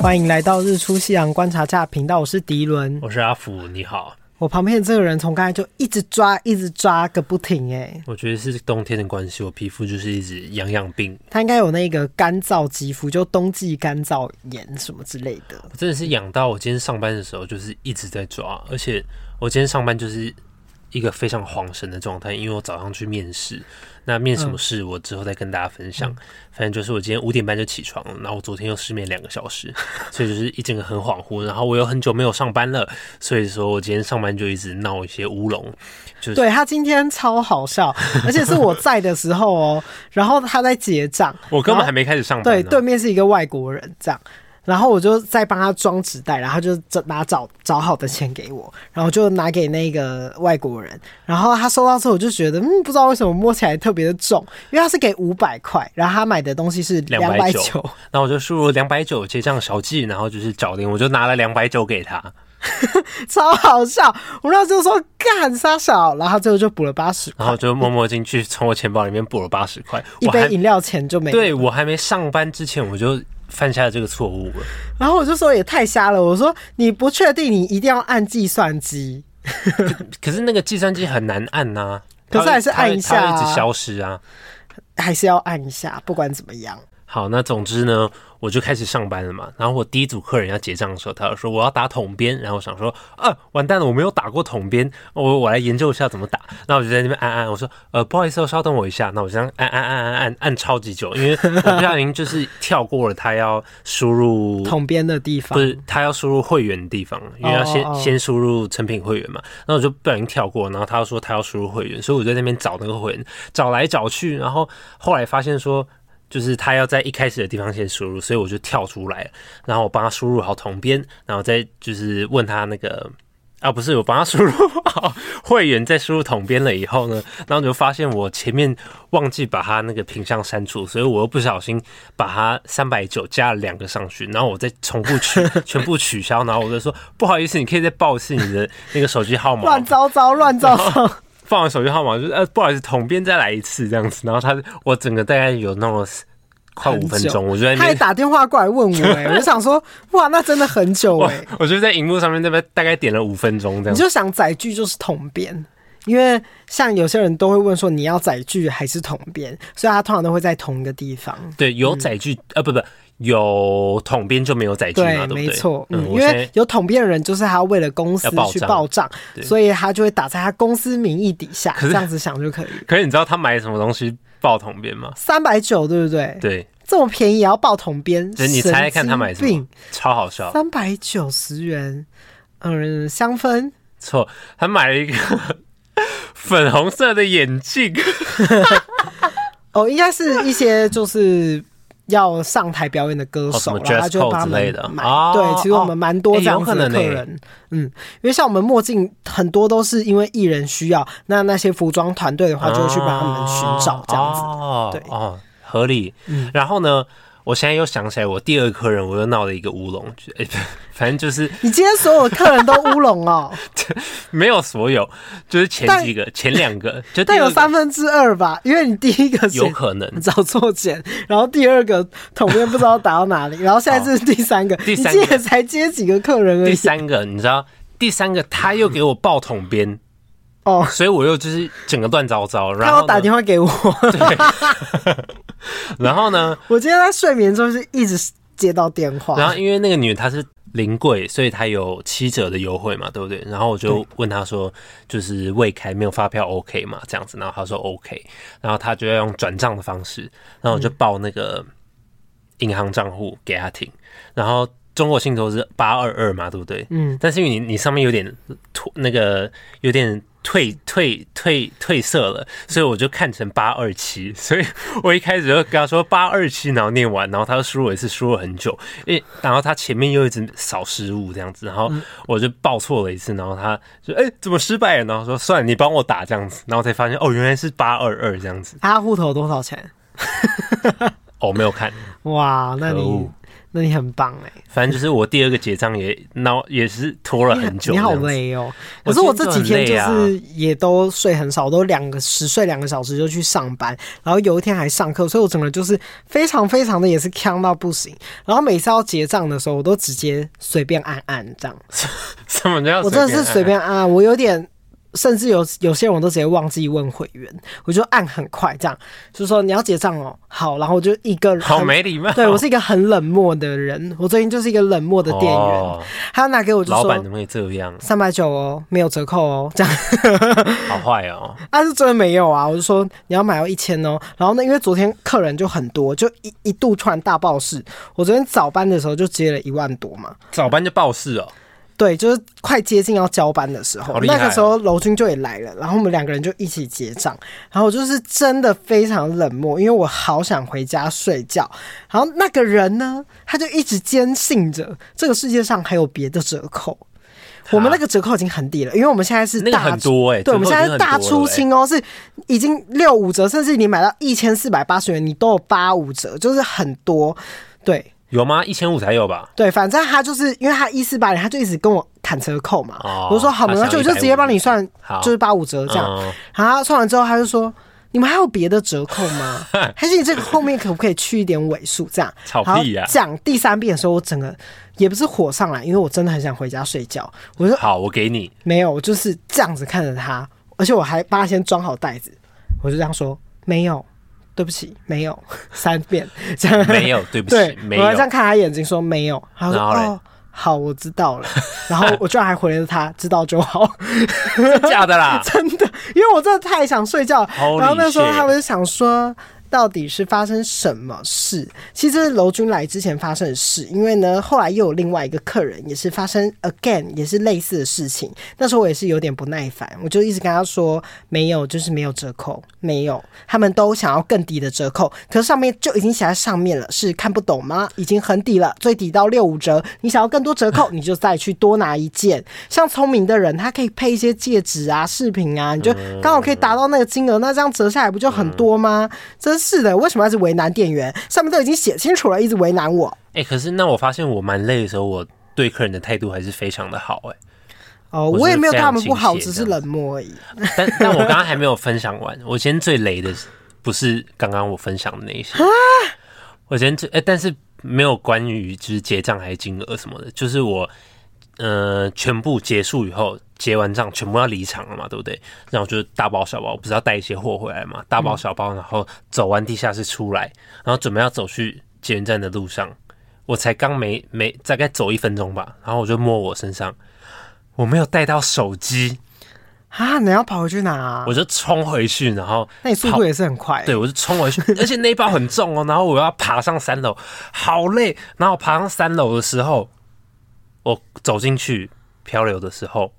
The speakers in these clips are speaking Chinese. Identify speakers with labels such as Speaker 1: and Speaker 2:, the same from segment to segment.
Speaker 1: 欢迎来到日出夕阳观察站频道，我是迪伦。
Speaker 2: 我是阿福，你好。
Speaker 1: 我旁边的这个人从刚才就一直抓，一直抓个不停、哎，
Speaker 2: 我觉得是冬天的关系，我皮肤就是一直痒痒病，
Speaker 1: 他应该有那个干燥肌肤，就冬季干燥炎什么之类的。
Speaker 2: 我真的是痒到我今天上班的时候就是一直在抓，而且我今天上班就是一个非常恍神的状态，因为我早上去面试，那面什么事我之后再跟大家分享。反正就是我今天五点半就起床，然后我昨天又失眠两个小时， 所以就是一整个很恍惚。然后我又很久没有上班了，所以说我今天上班就一直闹一些乌龙，就是
Speaker 1: 对他今天超好笑，而且是我在的时候哦，然后他在结账，
Speaker 2: 我根
Speaker 1: 然后
Speaker 2: 本还没开始上班、
Speaker 1: 对，
Speaker 2: 呢。
Speaker 1: 对面是一个外国人这样，然后我就在帮他装纸袋，然后就找拿找找好的钱给我，然后就拿给那个外国人，然后他收到之后我就觉得，嗯，不知道为什么摸起来特别的重，因为他是给五百块，然后他买的东西是两百
Speaker 2: 290
Speaker 1: 九，
Speaker 2: 然后我就输入两百九结账小记，然后就是找零，我就拿了两百九给他。
Speaker 1: 超好笑。我那时候说干傻小，然后他最后就补了八十
Speaker 2: 然后
Speaker 1: 块，
Speaker 2: 就默默进去从我钱包里面补了八十块。
Speaker 1: 一
Speaker 2: 我
Speaker 1: 杯
Speaker 2: 还
Speaker 1: 饮料钱就没了。
Speaker 2: 对我还没上班之前我就犯下了这个错误了。
Speaker 1: 然后我就说也太瞎了，我说你不确定，你一定要按计算机。
Speaker 2: 可是那个计算机很难按呐、
Speaker 1: 可是
Speaker 2: 它会
Speaker 1: 还是按一下啊
Speaker 2: 它会一直消失啊。
Speaker 1: 还是要按一下，不管怎么样。
Speaker 2: 好，那总之呢，我就开始上班了嘛。然后我第一组客人要结账的时候，他就说我要打统编，然后我想说，啊，完蛋了，我没有打过统编，我我来研究一下怎么打。那我就在那边按按，我说，呃，不好意思哦，稍等我一下。那我这样按按按按按按超级久，因为我不小心就是跳过了他要输入
Speaker 1: 统编的地
Speaker 2: 不
Speaker 1: 方。
Speaker 2: 是，他要输入会员的地方，因为要先
Speaker 1: 哦哦哦
Speaker 2: 先输入成品会员嘛。那我就不小心跳过，然后他又说他要输入会员，所以我在那边找那个会员，找来找去，然后后来发现说，就是他要在一开始的地方先输入，所以我就跳出来了，然后我帮他输入好统编，然后再就是问他那个。啊，不是，我帮他输入好 会员，再输入统编了以后呢，然后就发现我前面忘记把他那个品项删除，所以我又不小心把它三百九加了两个上去，然后我再重 复取全部取消，然后我就说不好意思，你可以再报一次你 的那个手机号码
Speaker 1: 乱
Speaker 2: 吗，
Speaker 1: 糟糟，乱糟糟，
Speaker 2: 放完手机号码就是呃不好意思，统编再来一次这样子，然后他我整个大概有弄了快五分
Speaker 1: 很久
Speaker 2: 钟，我就在
Speaker 1: 他
Speaker 2: 那
Speaker 1: 还
Speaker 2: 边。
Speaker 1: 打电话过来问我、欸， 我就想说，哇，那真的很久
Speaker 2: 我
Speaker 1: 哎、
Speaker 2: 我就在荧幕上面那边大概点了五分钟这样
Speaker 1: 你
Speaker 2: 子，
Speaker 1: 就想载具就是统编，因为像有些人都会问说你要载具还是统编，所以他通常都会在同一个地方。
Speaker 2: 对，
Speaker 1: 嗯
Speaker 2: 有载具、呃不不有统编就没有载具嘛，对不对？
Speaker 1: 没错，嗯，因
Speaker 2: 我现
Speaker 1: 为
Speaker 2: 在
Speaker 1: 有统编的人，就是他为了公司
Speaker 2: 要报
Speaker 1: 去
Speaker 2: 账
Speaker 1: 报账，
Speaker 2: 对
Speaker 1: 所以他就会打在他公司名义底下，
Speaker 2: 可
Speaker 1: 这
Speaker 2: 是
Speaker 1: 样子想就可以。
Speaker 2: 可是你知道他买什么东西报统编吗？
Speaker 1: 三百九，对不对？
Speaker 2: 对，
Speaker 1: 这么便宜也要报统编，
Speaker 2: 就是你猜猜看他买什
Speaker 1: 神经病
Speaker 2: 么，超好笑。
Speaker 1: 三百九十元，嗯，香氛
Speaker 2: 错，他买了一个粉红色的眼镜，
Speaker 1: 哦，应该是一些就是要上台表演的歌
Speaker 2: 哦什
Speaker 1: 手，
Speaker 2: 么
Speaker 1: 然后他
Speaker 2: dress
Speaker 1: 就会帮他
Speaker 2: code 之
Speaker 1: 们
Speaker 2: 类的
Speaker 1: 买。
Speaker 2: 哦
Speaker 1: 对，其实我们蛮多
Speaker 2: 哦
Speaker 1: 这样子的
Speaker 2: 哎有可
Speaker 1: 客
Speaker 2: 能欸
Speaker 1: 人，嗯，因为像我们墨镜很多都是因为艺人需要，那那些服装团队的话就会去帮他们寻找这样子。
Speaker 2: 哦
Speaker 1: 对嗯
Speaker 2: 哦，合理。然后呢，我现在又想起来，我第二个客人我又闹了一个乌龙，就 哎反正就是
Speaker 1: 你今天所有客人都乌龙 哦，
Speaker 2: 没有所有，就是前
Speaker 1: 但
Speaker 2: 几个、前两个，就第
Speaker 1: 但有
Speaker 2: 二个
Speaker 1: 三分之二吧，因为你第一个
Speaker 2: 有
Speaker 1: 是。
Speaker 2: 可能。
Speaker 1: 找错钱，然后第二个桶面不知道打到哪里，然后现在这是第三个，
Speaker 2: 哦第三
Speaker 1: 你
Speaker 2: 个
Speaker 1: 今天也才接几个客人而
Speaker 2: 第
Speaker 1: 已。
Speaker 2: 三个，你知道，第三个他又给我报 桶边，
Speaker 1: 哦，
Speaker 2: 所以我又就是整个乱糟糟。然
Speaker 1: 他
Speaker 2: 后
Speaker 1: 要打
Speaker 2: 呢，
Speaker 1: 电话给我，
Speaker 2: 然后呢，
Speaker 1: 我今天在睡眠中是一直接到电
Speaker 2: 然
Speaker 1: 话，
Speaker 2: 后因为那个女她是临柜，所以她有七折的优惠嘛，对不对？然后我就问她说，就是未开没有发票 OK 嘛，这样子。然后她说 OK，然后她就要用转账的方式，然后我就报那个银行账户给她听，然后。中国信托是八二二嘛，对不对？
Speaker 1: 嗯，
Speaker 2: 但是因为你你上面有点脱那个有点褪褪褪褪色了，所以我就看成八二七，所以我一开始就跟他说八二七，然后念完，然后他就输入也是输了很久，因为然后他前面又一直扫失误这样子，然后
Speaker 1: 嗯
Speaker 2: 我就报错了一次，然后他就哎、怎么失败了，然后说算了你帮我打这样子，然后才发现哦原来是八二二这样子，
Speaker 1: 他户头多少钱？
Speaker 2: 哦没有看，
Speaker 1: 哇，那
Speaker 2: 可
Speaker 1: 你
Speaker 2: 恶
Speaker 1: 那你很棒哎、
Speaker 2: 反正就是我第二个结账也闹也是拖了很久
Speaker 1: 你
Speaker 2: 这样
Speaker 1: 好
Speaker 2: 子，
Speaker 1: 累哦。
Speaker 2: 我
Speaker 1: 可是我这几
Speaker 2: 今
Speaker 1: 天
Speaker 2: 天
Speaker 1: 就
Speaker 2: 就很累啊
Speaker 1: 是也都睡很少，我都两个十睡两个小时就去上班，然后有一天还上课，所以我整个就是非常非常的也是呛到不行。然后每次要结账的时候，我都直接随便按按这样，
Speaker 2: 什么叫啊
Speaker 1: 我真的是随便按按，啊我有点。甚至有有些人我都直接忘记问会员，我就按很快这样，就说你要结账哦，好，然后我就一个
Speaker 2: 好
Speaker 1: 很
Speaker 2: 没礼貌。
Speaker 1: 对我是一个很冷漠的人，我最近就是一个冷漠的店员，
Speaker 2: 哦
Speaker 1: 他拿给我就
Speaker 2: 老板
Speaker 1: 说
Speaker 2: 怎么可以这样？啊
Speaker 1: 三百九哦，没有折扣哦，这样，
Speaker 2: 好坏哦，
Speaker 1: 他、是真的没有啊，我就说你要买要一千哦，然后呢，因为昨天客人就很多，就一一度突然大爆市，我昨天早班的时候就接了一万多嘛，
Speaker 2: 早班就报事哦，
Speaker 1: 对，就是快接近要交班的时候，
Speaker 2: 好厉害
Speaker 1: 那
Speaker 2: 哦
Speaker 1: 个时候楼君就也来了，然后我们两个人就一起结账，然后我就是真的非常冷漠，因为我好想回家睡觉。然后那个人呢，他就一直坚信着这个世界上还有别的折扣。我们那个折扣已经很低了，因为我们现在是
Speaker 2: 那个
Speaker 1: 大
Speaker 2: 很多哎、欸，
Speaker 1: 对，我们
Speaker 2: 折
Speaker 1: 现
Speaker 2: 扣
Speaker 1: 在是
Speaker 2: 已经很
Speaker 1: 大
Speaker 2: 多
Speaker 1: 出
Speaker 2: 了欸
Speaker 1: 清哦，是已经六五折，甚至你买到一千四百八十元，你都有八五折，就是很多。对，
Speaker 2: 有吗？一千五才有吧？
Speaker 1: 对，反正他就是因为他一四八零，他就一直跟我砍折扣嘛。
Speaker 2: 哦
Speaker 1: 我就说好，没
Speaker 2: 他
Speaker 1: 关系，
Speaker 2: 想
Speaker 1: 我就直接帮你算
Speaker 2: 好，
Speaker 1: 就是八五折这样。
Speaker 2: 嗯
Speaker 1: 然后他算完之后，他就说。你们还有别的折扣 吗？还是你这个后面可不可以去一点尾数？这样，
Speaker 2: 草
Speaker 1: 然后
Speaker 2: 屁呀
Speaker 1: 讲第三遍的时候，我整个也不是火上来，因为我真的很想回家睡觉。我说
Speaker 2: 好，我给 你。
Speaker 1: 没有，我就是这样子看着他，而且我还帮他先装好袋子，我就这样说没有，对不起，没有 三遍，这样
Speaker 2: 没有，对不起，
Speaker 1: 对，
Speaker 2: 没
Speaker 1: 我还
Speaker 2: 有
Speaker 1: 这。样看他眼睛说没有，他说
Speaker 2: 然后嘞
Speaker 1: 哦，好，我知道了。 然后我居然还回了他，知道就好，
Speaker 2: 假的啦，
Speaker 1: 真的，因为我真的太想睡觉了。
Speaker 2: Holy
Speaker 1: 然后那时候
Speaker 2: shit
Speaker 1: 他们就想说。到底是发生什么事？其实这是楼君来之前发生的事，因为呢，后来又有另外一个客人也是发生 again 也是类似的事情。那时候我也是有点不耐烦，我就一直跟他说没有，就是没有折扣，没有，他们都想要更低的折扣，可是上面就已经写在上面了，是看不懂吗？已经很抵了，最抵到六五折，你想要更多折扣，你就再去多拿一件。像聪明的人，他可以配一些戒指啊、饰品啊，你就刚好可以达到那个金额，那这样折下来不就很多吗？
Speaker 2: 嗯
Speaker 1: 真是的，为什么要一直为难店员？上面都已经写清楚了，一直为难我。
Speaker 2: 哎、可是那我发现我蛮累的时候，我对客人的态度还是非常的好、欸，
Speaker 1: 哦，
Speaker 2: 我
Speaker 1: 我也没有对
Speaker 2: 是非
Speaker 1: 他
Speaker 2: 常
Speaker 1: 们不好，
Speaker 2: 亲切
Speaker 1: 只是
Speaker 2: 这样
Speaker 1: 冷漠而已。
Speaker 2: 哎， 但但我刚刚还没有分享完，我今天最雷的是不是刚刚我分享的那一些，我今天最哎、但是没有关于就是结账还是金额什么的，就是我呃全部结束以后。结完账全部要离场了嘛，对不对？然后就是大包小包，我不是要带一些货回来嘛，大包小包，然后走完地下室出来，然后准备要走去捷运站的路上，我才刚没没大概走一分钟吧，然后我就摸我身上，我没有带到手机，
Speaker 1: 啊，你要跑回去拿、啊
Speaker 2: 我？就冲回去，然后
Speaker 1: 那你速
Speaker 2: 跑
Speaker 1: 度也是很快、
Speaker 2: 对，我就冲回去，而且那一包很重哦，然后我要爬上三楼，好累。然后爬上三楼的时候，我走进去漂流的时候，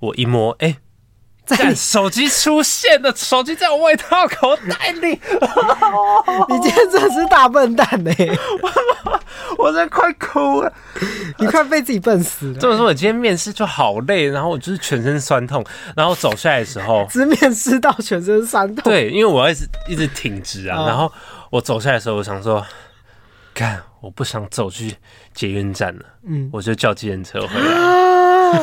Speaker 2: 我一摸，哎、
Speaker 1: 在
Speaker 2: 干
Speaker 1: 你
Speaker 2: 手机出现了，手机在我外套口袋里，
Speaker 1: 你今天真的是大笨蛋欸呢、
Speaker 2: 我真的快哭了。
Speaker 1: 你快被自己笨死了。
Speaker 2: 这么说，我今天面试就好累，然后我就是全身酸痛，然后走下来的时候，
Speaker 1: 直面吃到全身酸痛。嗯
Speaker 2: 对，因为我要一直一直挺直啊，然后我走下来的时候，我想说，看我不想走去捷运站了，嗯，我就叫计程车回来，
Speaker 1: 啊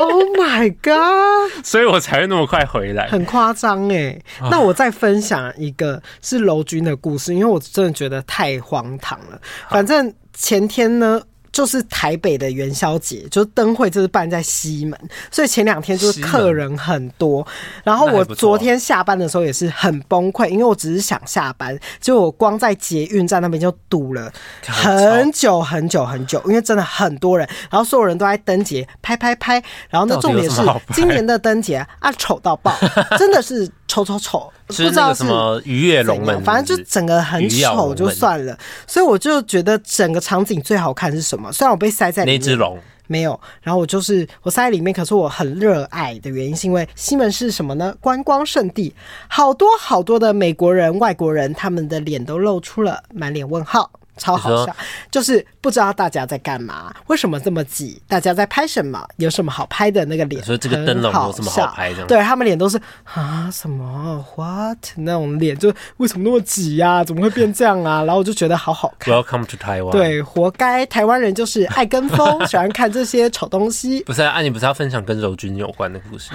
Speaker 1: ，Oh my god，
Speaker 2: 所以我才会那么快回来。
Speaker 1: 很夸张哎。
Speaker 2: 啊
Speaker 1: 那我再分享一个是楼君的故事，因为我真的觉得太荒唐了。反正前天呢。就是台北的元宵节，就是灯会，就是办在西门，所以前两天就是
Speaker 2: 西门
Speaker 1: 客人很多。然后
Speaker 2: 那还
Speaker 1: 我
Speaker 2: 不错
Speaker 1: 昨天下班的时候也是很崩溃，因为我只是想下班，结果我光在捷运站那边就堵了很久很久很久，因为真的很多人，然后所有人都在灯节拍拍拍，然后呢，
Speaker 2: 到底
Speaker 1: 重
Speaker 2: 有
Speaker 1: 点
Speaker 2: 什
Speaker 1: 是
Speaker 2: 么好拍
Speaker 1: 今年的灯节啊丑到爆，真的是丑丑 丑，不
Speaker 2: 就是
Speaker 1: 知
Speaker 2: 那
Speaker 1: 道
Speaker 2: 个
Speaker 1: 是
Speaker 2: 什么鱼跃龙
Speaker 1: 怎样
Speaker 2: 门，
Speaker 1: 反正就整个很
Speaker 2: 鱼跃龙
Speaker 1: 丑
Speaker 2: 门
Speaker 1: 就算了。所以我就觉得整个场景最好看是什么？虽然我被塞在里
Speaker 2: 那
Speaker 1: 面，
Speaker 2: 只龙，
Speaker 1: 没有，然后我就是我塞在里面，可是我很热爱的原因是因为西门是什么呢？观光圣地，好多好多的美国人、外国人，他们的脸都露出了满脸问号。超好
Speaker 2: 你
Speaker 1: 笑，就是不知道大家在干嘛，为什么这么挤，大家在拍什么，有什么好拍的那个脸，
Speaker 2: 你说这个灯笼有什
Speaker 1: 很
Speaker 2: 么好
Speaker 1: 笑
Speaker 2: 拍这样
Speaker 1: 对他们脸都是啊什么 what 那种脸，就为什么那么挤呀、怎么会变这样啊？然后我就觉得好好看，
Speaker 2: Welcome to Taiwan。，
Speaker 1: 对，活该台湾人就是爱跟风， 喜欢看这些丑东西。
Speaker 2: 不是啊，啊你不是要分享跟柔君有关的故事？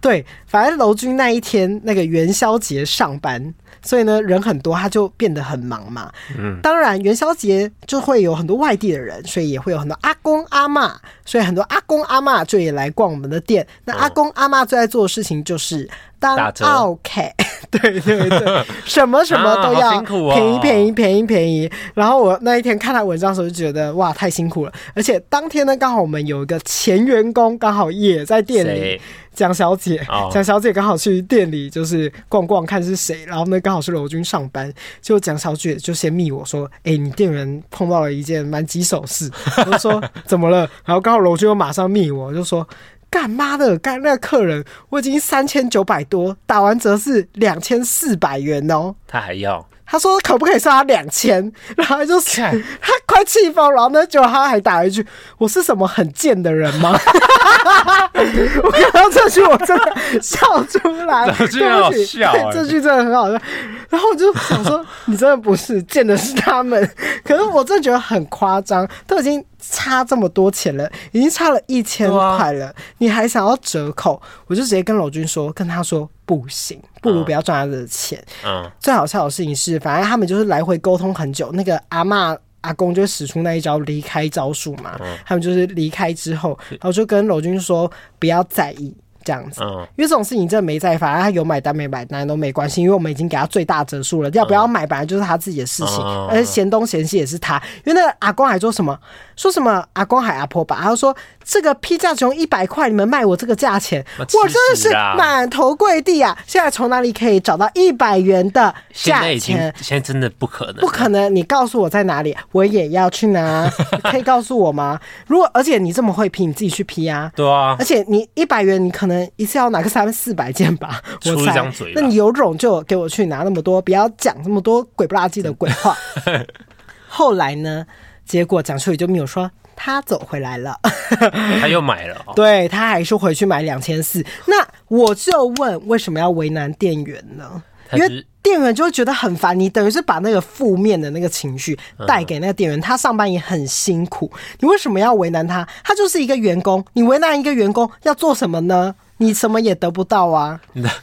Speaker 1: 对，反正楼军那一天那个元宵节上班，所以呢人很多，他就变得很忙嘛。嗯，当然元宵节就会有很多外地的人，所以也会有很多阿公阿嬷，所以很多阿公阿嬷就也来逛我们的店。那阿公阿嬷最爱做的事情就是当
Speaker 2: 打折
Speaker 1: 奥 K，对对对，什么什么都
Speaker 2: 啊好
Speaker 1: 要
Speaker 2: 辛苦哦
Speaker 1: 便宜便宜便宜便宜。然后我那一天看他文章的时候就觉得哇太辛苦了，而且当天呢刚好我们有一个前员工刚好也在店里
Speaker 2: 谁，
Speaker 1: 蒋小姐
Speaker 2: 哦，
Speaker 1: 蒋小姐刚好去店里就是逛逛看是谁，然后呢刚好是楼军上班，结果蒋小姐就先密我说，哎、你店员碰到了一件蛮棘手事， 我就说怎么了，然后刚好楼军又马上密我，就说。干妈的，干那个客人，我已经三千九百多，打完折是两千四百元哦。
Speaker 2: 他还要
Speaker 1: 他说可不可以算他两千？ 然后他就他快气疯，然后呢，结果他还打了一句：“我是什么很贱的人吗？” 我看到这句我真的笑出来，
Speaker 2: 这句
Speaker 1: 对
Speaker 2: 很好
Speaker 1: 不起
Speaker 2: 笑
Speaker 1: 对
Speaker 2: 哎
Speaker 1: 这句真的很好笑。然后我就想说，你真的不是贱的是他们， 可是我真的觉得很夸张，都已经差这么多钱了，已经差了一千
Speaker 2: 对啊
Speaker 1: 块了，你还想要折扣？我就直接跟楼军说，跟他说不行，不如不要赚他的钱。
Speaker 2: 嗯，
Speaker 1: 最好笑的事情是，反正他们就是来回沟通很久，那个阿嬷阿公就使出那一招离开招数嘛，
Speaker 2: 嗯
Speaker 1: 他们就是离开之后，然后就跟楼军说不要在意这样子，
Speaker 2: 嗯
Speaker 1: 因为这种事情真的没在发，他有买单没买单都没关系，因为我们已经给他最大折数了，要不要买本来就是他自己的事情，
Speaker 2: 嗯
Speaker 1: 而且嫌东嫌西也是他，因为那个阿公还说什么说什么阿公还阿婆吧，他说这个批价只用一百块，你们卖我这个价钱，
Speaker 2: 那
Speaker 1: 我
Speaker 2: 吃
Speaker 1: 真的是
Speaker 2: 屎啊
Speaker 1: 满头跪地啊！现在从哪里可以找到一百元的
Speaker 2: 现
Speaker 1: 价
Speaker 2: 在已经
Speaker 1: 钱？
Speaker 2: 现在真的不可能，
Speaker 1: 不可能！你告诉我在哪里，我也要去 拿。可以告诉我吗？如果而且你这么会批，你自己去批啊！
Speaker 2: 对啊
Speaker 1: 而，且你一百元，你可能一次要拿个三四百件吧，我
Speaker 2: 出一
Speaker 1: 猜
Speaker 2: 张嘴吧
Speaker 1: 那你有种就给我去拿那么多，不要讲这么多鬼不拉几的鬼 话。后来呢？结果蒋秀宇就没有说他走回来了。
Speaker 2: 他又买了、哦，
Speaker 1: 对他还是回去买两千四。那我就问，为什么要为难店员呢？
Speaker 2: 他
Speaker 1: 因
Speaker 2: 就是
Speaker 1: 为店员就会觉得很烦，你等于是把那个负面的那个情绪
Speaker 2: 嗯
Speaker 1: 带给那个店员，他上班也很辛苦，你为什么要为难他？他就是一个员工，你为难一个员工要做什么呢？你什么也得不到啊，
Speaker 2: 你知道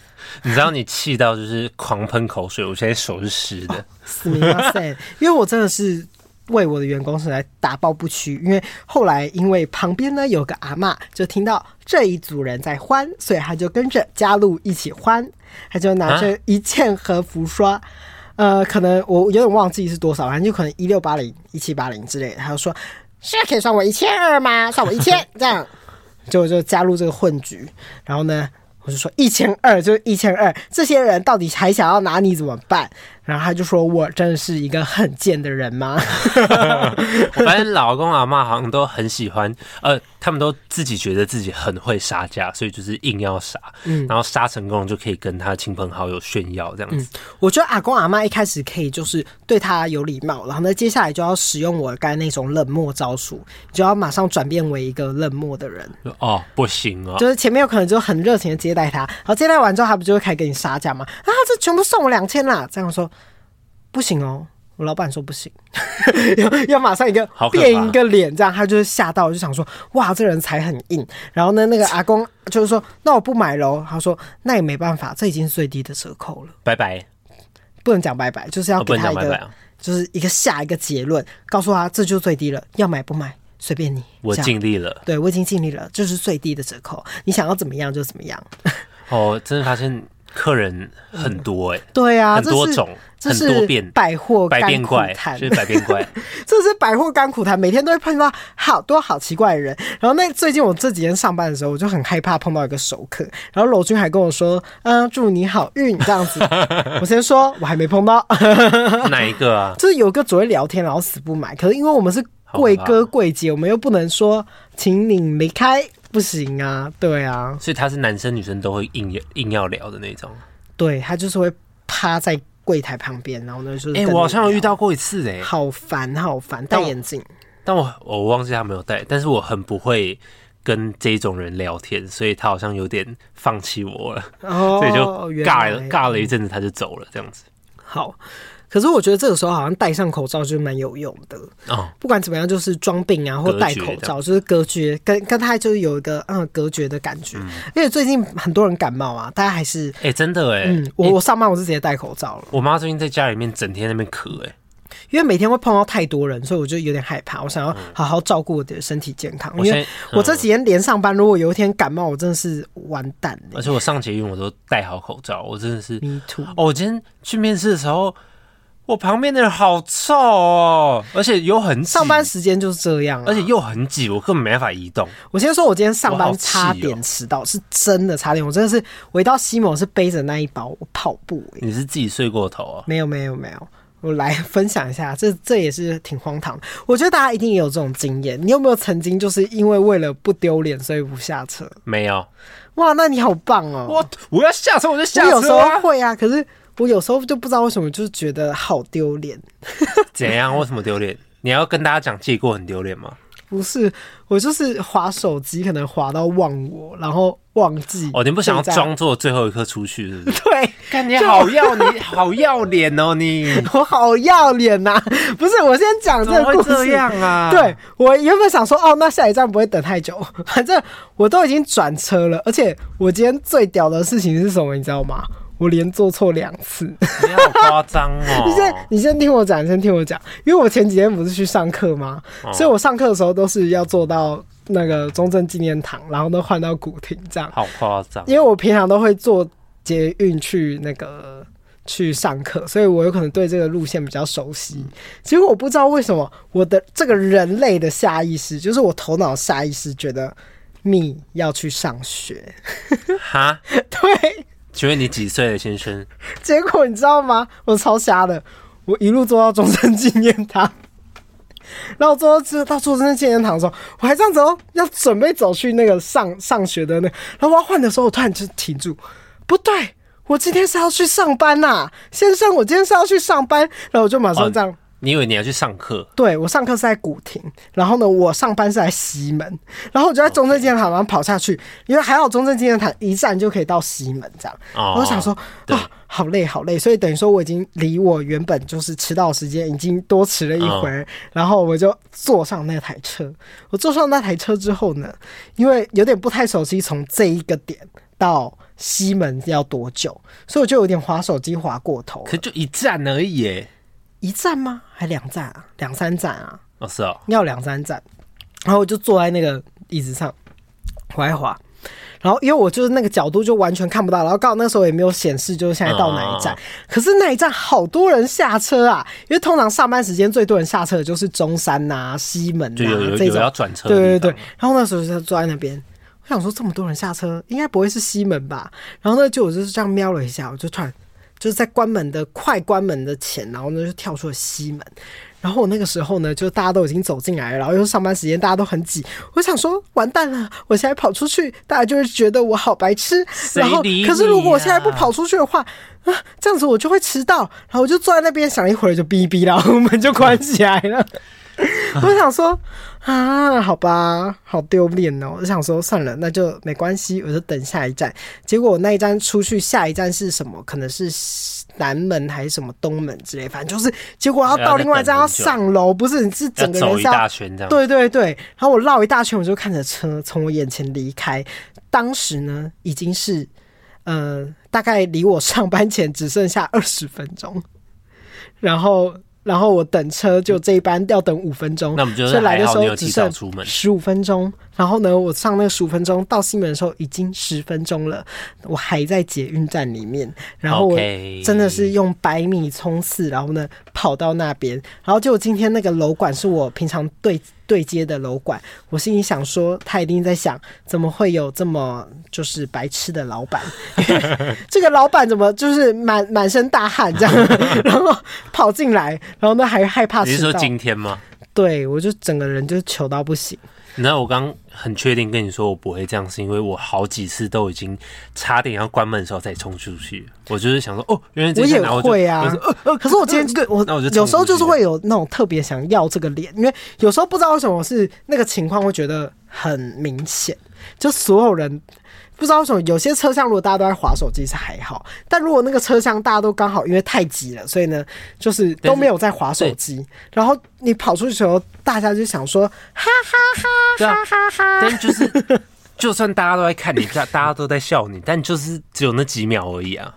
Speaker 2: 你知道你气到就是狂喷口水，我现在手是湿的。
Speaker 1: 死命要 s 因为我真的是。为我的员工是来打抱不屈，因为后来因为旁边呢有个阿嬷，就听到这一组人在欢，所以他就跟着加入一起欢，他就拿着一件和服说，呃，可能我有点忘记是多少，反正就可能一六八零、一七八零之类的，他就说是可以算我一千二吗？算我一千这样，就就加入这个混局，然后呢。我就说一千二就是一千二，这些人到底还想要拿你怎么办？然后他就说我真的是一个很贱的人吗？
Speaker 2: 我发现老公阿啊妈好像都很喜欢，呃，他们都自己觉得自己很会杀价，所以就是硬要杀，
Speaker 1: 嗯
Speaker 2: 然后杀成功就可以跟他亲朋好友炫耀这样子。
Speaker 1: 我觉得阿公阿妈一开始可以就是对他有礼貌，然后呢，接下来就要使用我刚才那种冷漠招数，你就要马上转变为一个冷漠的人。
Speaker 2: 就哦，不行哦，
Speaker 1: 嗯就是前面有可能就很热情的接待他，然后接待完之后，他不就会开始跟你杀价吗？啊，这全部送我两千啦！这样说不行哦，我老板说不行， 要要马上一个
Speaker 2: 好可怕
Speaker 1: 变一个脸，这样他就是吓到，就想说哇，这人才很硬。然后呢，那个阿公就是说，那我不买喽。他说那也没办法，这已经是最低的折扣了，
Speaker 2: 拜拜，
Speaker 1: 不能讲拜拜，就是要
Speaker 2: 哦、不
Speaker 1: 给
Speaker 2: 能
Speaker 1: 他
Speaker 2: 讲
Speaker 1: 一
Speaker 2: 拜
Speaker 1: 个，
Speaker 2: 拜啊，
Speaker 1: 就是一个下一个结论，告诉他这就是最低了，要买不买随便你。
Speaker 2: 我
Speaker 1: 这样
Speaker 2: 尽力了。
Speaker 1: 对我已经尽力了，这、是最低的折扣，你想要怎么样就怎么样。
Speaker 2: 哦，真的发现客人很多哎、
Speaker 1: 对啊，
Speaker 2: 很
Speaker 1: 这
Speaker 2: 多
Speaker 1: 是
Speaker 2: 种，
Speaker 1: 这
Speaker 2: 很
Speaker 1: 是
Speaker 2: 多变，
Speaker 1: 百货
Speaker 2: 百变
Speaker 1: 甘苦
Speaker 2: 怪，
Speaker 1: 谈，
Speaker 2: 就是百变怪。
Speaker 1: 这是百货甘苦谈，每天都会碰到好多好奇怪的人。然后那最近我这几天上班的时候，我就很害怕碰到一个熟客，然后楼君还跟我说：“嗯，祝你好运这样 子。”我先说，我还没碰到，啊
Speaker 2: 哪一个啊？
Speaker 1: 就是有个只会聊天，然后死不买。可是因为我们是贵
Speaker 2: 好可
Speaker 1: 哥贵姐，我们又不能说请你离开，不行啊，对啊，
Speaker 2: 所以他是男生女生都会硬硬要聊的那种。
Speaker 1: 对他就是会趴在柜台旁边，然后呢就是
Speaker 2: 哎、
Speaker 1: 跟
Speaker 2: 我好
Speaker 1: 你
Speaker 2: 像有遇
Speaker 1: 聊，
Speaker 2: 到过一次哎、
Speaker 1: 好烦好烦，戴
Speaker 2: 但我
Speaker 1: 眼镜，
Speaker 2: 但我我忘记他没有带，但是我很不会跟这种人聊天，所以他好像有点放弃我了，
Speaker 1: 哦，
Speaker 2: 所以就
Speaker 1: 原
Speaker 2: 尬了
Speaker 1: 来
Speaker 2: 尬了一阵子他就走了这样子。
Speaker 1: 好。可是我觉得这个时候好像戴上口罩就蛮有用的，
Speaker 2: 哦，
Speaker 1: 不管怎么样，就是装病啊，或
Speaker 2: 隔
Speaker 1: 戴
Speaker 2: 绝
Speaker 1: 口
Speaker 2: 这
Speaker 1: 罩，就是隔绝，跟跟他就是有一个嗯隔绝的感觉。因为最近很多人感冒啊，大家还是
Speaker 2: 哎、真的哎、
Speaker 1: 嗯，我
Speaker 2: 欸
Speaker 1: 我上班我是直接戴口罩了，
Speaker 2: 我妈最近在家里面整天在那边咳哎、
Speaker 1: 因为每天会碰到太多人，所以我就有点害怕。我想要好好照顾我的身体健康，
Speaker 2: 嗯我嗯
Speaker 1: 因
Speaker 2: 现
Speaker 1: 为
Speaker 2: 在
Speaker 1: 我这几天连上班，如果有一天感冒，我真的是完蛋欸
Speaker 2: 而
Speaker 1: 了。
Speaker 2: 且我上捷运我都戴好口罩，我真的是
Speaker 1: Me too。
Speaker 2: 哦，我今天去面试的时候，我旁边的人好臭哦，而且又很挤
Speaker 1: 上班，时间就是这样、啊，
Speaker 2: 而且又很挤，我根本没办法移动。
Speaker 1: 我先说，我今天上
Speaker 2: 我
Speaker 1: 班
Speaker 2: 好气哦
Speaker 1: 差点迟到，是真的差点，我真的是，我一到西某是背着那一包我跑步、欸，
Speaker 2: 你是自己睡过头哦？
Speaker 1: 没有没有没有，我来分享一下，这这也是挺荒唐的。我觉得大家一定也有这种经验，你有没有曾经就是因为为了不丢脸所以不下车？
Speaker 2: 没有，
Speaker 1: 哇，那你好棒哦！
Speaker 2: 我我要下车我就下
Speaker 1: 我有时
Speaker 2: 车啊
Speaker 1: 候！会啊，可是我有时候就不知道为什么，就是觉得好丢脸。
Speaker 2: 怎样？为什么丢脸？你要跟大家讲借过很丢脸吗？
Speaker 1: 不是，我就是滑手机，可能滑到忘我，然后忘记。
Speaker 2: 哦，你不想要
Speaker 1: 就这样？
Speaker 2: 装作最后一刻出去 是不是？
Speaker 1: 对，
Speaker 2: 看你好要你 好要脸哦你！
Speaker 1: 我好要脸呐、不是，我先讲
Speaker 2: 怎
Speaker 1: 这
Speaker 2: 么
Speaker 1: 个
Speaker 2: 会
Speaker 1: 故事。
Speaker 2: 这样啊？
Speaker 1: 对，我原本想说，哦，那下一站不会等太久，反正我都已经转车了，而且我今天最屌的事情是什么，你知道吗？我连坐错两次。
Speaker 2: 你好夸张哦！
Speaker 1: 你先，你先听我讲，你先听我讲，因为我前几天不是去上课吗？
Speaker 2: 哦
Speaker 1: 所以我上课的时候都是要坐到那个中正纪念堂，然后都换到古亭这样，
Speaker 2: 好夸张
Speaker 1: 因！为我平常都会坐捷运去那个。去上课，所以我有可能对这个路线比较熟悉。结果我不知道为什么，我的这个人类的下意识，就是我头脑下意识觉得你要去上学，
Speaker 2: 哈，
Speaker 1: 对。
Speaker 2: 请问你几岁了，先生？
Speaker 1: 结果你知道吗？我超瞎的，我一路坐到中正纪念堂， 然后我坐到这到中正纪念堂的时候，我还这样子哦，要准备走去那个上上学的那个，然后我要换的时候，我突然就停住，不对。我今天是要去上班呐、先生，我今天是要去上班，然后我就马上这样，
Speaker 2: 你以为你要去上课？
Speaker 1: 对我上课是在古亭，然后呢，我上班是在西门，然后我就在中正纪念堂，然后跑下去，因为还好中正纪念堂一站就可以到西门这样。
Speaker 2: 哦
Speaker 1: 我就想说
Speaker 2: 对
Speaker 1: 啊，好累好累，所以等于说我已经离我原本就是迟到的时间已经多迟了一会
Speaker 2: 嗯
Speaker 1: 儿，然后我就坐上那台车。我坐上那台车之后呢，因为有点不太熟悉从这一个点到西门要多久，所以我就有点划手机划过头了
Speaker 2: 可就一站而已耶。
Speaker 1: 一站吗？还两站啊？两三站啊？
Speaker 2: 哦，是哦，
Speaker 1: 要两三站，然后我就坐在那个椅子上滑一滑，然后因为我就是那个角度就完全看不到，然后刚好那时候也没有显示就是现在到哪一站，
Speaker 2: 嗯
Speaker 1: 可是那一站好多人下车啊，因为通常上班时间最多人下车的就是中山呐、西门
Speaker 2: 就
Speaker 1: 呐、
Speaker 2: 有有
Speaker 1: 这
Speaker 2: 有要
Speaker 1: 种，
Speaker 2: 转车的地
Speaker 1: 对对
Speaker 2: 方。
Speaker 1: 对。然后那时候就坐在那边。我想说这么多人下车，应该不会是西门吧？然后呢，就我就是这样瞄了一下，我就突然就是在关门的快关门的前，然后呢就跳出了西门。然后我那个时候呢，就大家都已经走进来了，然后又是上班时间，大家都很挤。我想说，完蛋了，我现在跑出去，大家就会觉得我好白痴。然后，
Speaker 2: 理你啊
Speaker 1: 可是如果我现在
Speaker 2: 呀
Speaker 1: 不跑出去的话，啊，这样子我就会迟到。然后我就坐在那边想一会儿，就哔哔，然后门就关起来了。我想说啊，好吧，好丢脸哦。我想说算了，那就没关系，我就等下一站。结果我那一站出去，下一站是什么？可能是南门还是什么东门之类，反正就是结果要
Speaker 2: 要
Speaker 1: 到
Speaker 2: 再
Speaker 1: 另外一站
Speaker 2: 等
Speaker 1: 要
Speaker 2: 很久
Speaker 1: 上楼，不是你是
Speaker 2: 要
Speaker 1: 整个人
Speaker 2: 走一
Speaker 1: 是要
Speaker 2: 大圈这样，
Speaker 1: 对对对，然后我绕一大圈，我就看着车从我眼前离开。当时呢，已经是呃，大概离我上班前只剩下 二十分钟，然后然后我等车就这一班要等五分钟，
Speaker 2: 那我们就是
Speaker 1: 所以来的
Speaker 2: 还
Speaker 1: 时
Speaker 2: 好你
Speaker 1: 候
Speaker 2: 有
Speaker 1: 只
Speaker 2: 提早
Speaker 1: 剩
Speaker 2: 出门
Speaker 1: 十五分钟。然后呢，我上那个十五分钟到西门的时候已经十分钟了，我还在捷运站里面，然后我
Speaker 2: OK
Speaker 1: 真的是用百米冲刺，然后呢跑到那边，然后结果今天那个楼管是我平常对对接的楼管，我心里想说他一定在想怎么会有这么就是白痴的老 板，这个老板怎么就是满满身大汗这样，然后跑进来，然后呢还害怕
Speaker 2: 你是
Speaker 1: 迟
Speaker 2: 说
Speaker 1: 到，
Speaker 2: 今天吗？
Speaker 1: 对我就整个人就糗到不行，
Speaker 2: 你知道我刚很确定跟你说我不会这样，是因为我好几次都已经差点要关门的时候再冲出去。我就是想说，哦，原来这
Speaker 1: 我
Speaker 2: 样
Speaker 1: 也
Speaker 2: 然后就
Speaker 1: 会啊
Speaker 2: 我就呃
Speaker 1: 可是我今天对我
Speaker 2: 那我就
Speaker 1: 有时候
Speaker 2: 冲出去
Speaker 1: 就是会有那种特别想要这个脸，因为有时候不知道为什么我是那个情况会觉得很明显，就所有人不知道为什么有些车厢如果大家都在划手机是还好，但如果那个车厢大家都刚好因为太挤了，所以呢就是都没有在划手机，然后你跑出去的时候，大家就想说哈
Speaker 2: 对啊
Speaker 1: 哈哈哈哈哈，
Speaker 2: 但就是就算大家都在看你，大大家都在笑你，但就是只有那几秒而已啊。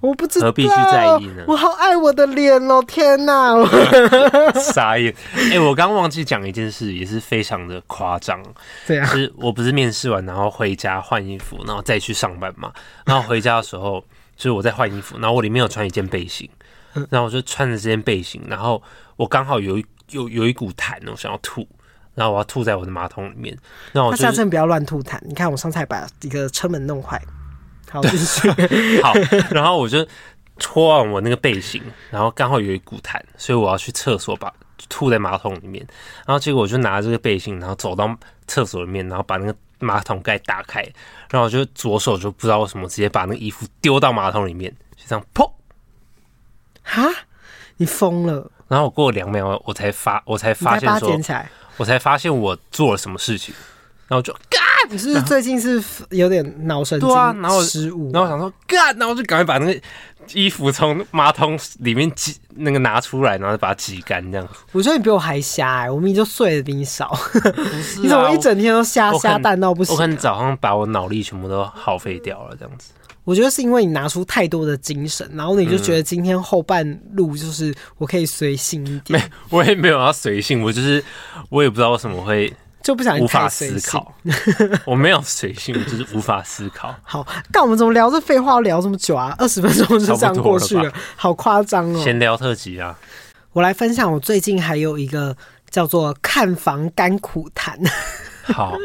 Speaker 1: 我不知道
Speaker 2: 何必去在意呢
Speaker 1: 我好爱我的脸哦，天哪！我
Speaker 2: 傻眼！哎、我刚忘记讲一件事，也是非常的夸张。
Speaker 1: 对啊，
Speaker 2: 是我不是面试完然后回家换衣服，然后再去上班嘛。然后回家的时候，就是我在换衣服，然后我里面有穿一件背心，
Speaker 1: 嗯
Speaker 2: 然后我就穿着这件背心，然后我刚好有一有有一股痰，我想要吐，然后我要吐在我的马桶里面，然后
Speaker 1: 那
Speaker 2: 我哦就
Speaker 1: 下
Speaker 2: 是
Speaker 1: 次不要乱吐痰。你看我上次还把一个车门弄坏。好，继续。
Speaker 2: 好， 然后我就脱完我那个背心，然后刚好有一股痰，所以我要去厕所把吐在马桶里面。然后结果我就拿这个背心，然后走到厕所里面，然后把那个马桶盖打开，然后我就左手就不知道为什么直接把那个衣服丢到马桶里面，就这样砰。
Speaker 1: 哈，你疯了！
Speaker 2: 然后我过了两秒，我才发，我才
Speaker 1: 你
Speaker 2: 发
Speaker 1: 该
Speaker 2: 现
Speaker 1: 把它
Speaker 2: 说
Speaker 1: 捡，起来。
Speaker 2: 我才发现我做了什么事情。然后我就干，
Speaker 1: 你是不是最近是有点脑神经
Speaker 2: 对啊然后
Speaker 1: 失误？
Speaker 2: 然后我想说干，然后我就赶快把那个衣服从马桶里面挤，那个拿出来，然后把它挤干，这样。
Speaker 1: 我觉得你比我还瞎哎、我明明就睡得比你少，
Speaker 2: 不是啊
Speaker 1: 你怎么一
Speaker 2: 我
Speaker 1: 整天都瞎
Speaker 2: 我
Speaker 1: 瞎
Speaker 2: 看
Speaker 1: 蛋到不行啊
Speaker 2: 我？看早上把我脑力全部都耗费掉了，这样子。
Speaker 1: 我觉得是因为你拿出太多的精神，然后你
Speaker 2: 嗯
Speaker 1: 就觉得今天后半路就是我可以随性一点，
Speaker 2: 我也没有要随性，我就是我也不知道为什么会
Speaker 1: 就不想
Speaker 2: 无
Speaker 1: 太
Speaker 2: 法
Speaker 1: 随
Speaker 2: 思
Speaker 1: 性。 哦
Speaker 2: 考。我没有随性，我就是无法思考。
Speaker 1: 好，但我们怎么聊这废话聊这么久啊？二十分钟就这样过去
Speaker 2: 差不多
Speaker 1: 了
Speaker 2: 了，
Speaker 1: 好夸张哦！
Speaker 2: 闲聊特辑啊，
Speaker 1: 我来分享，我最近还有一个叫做看房甘苦谈。
Speaker 2: 好，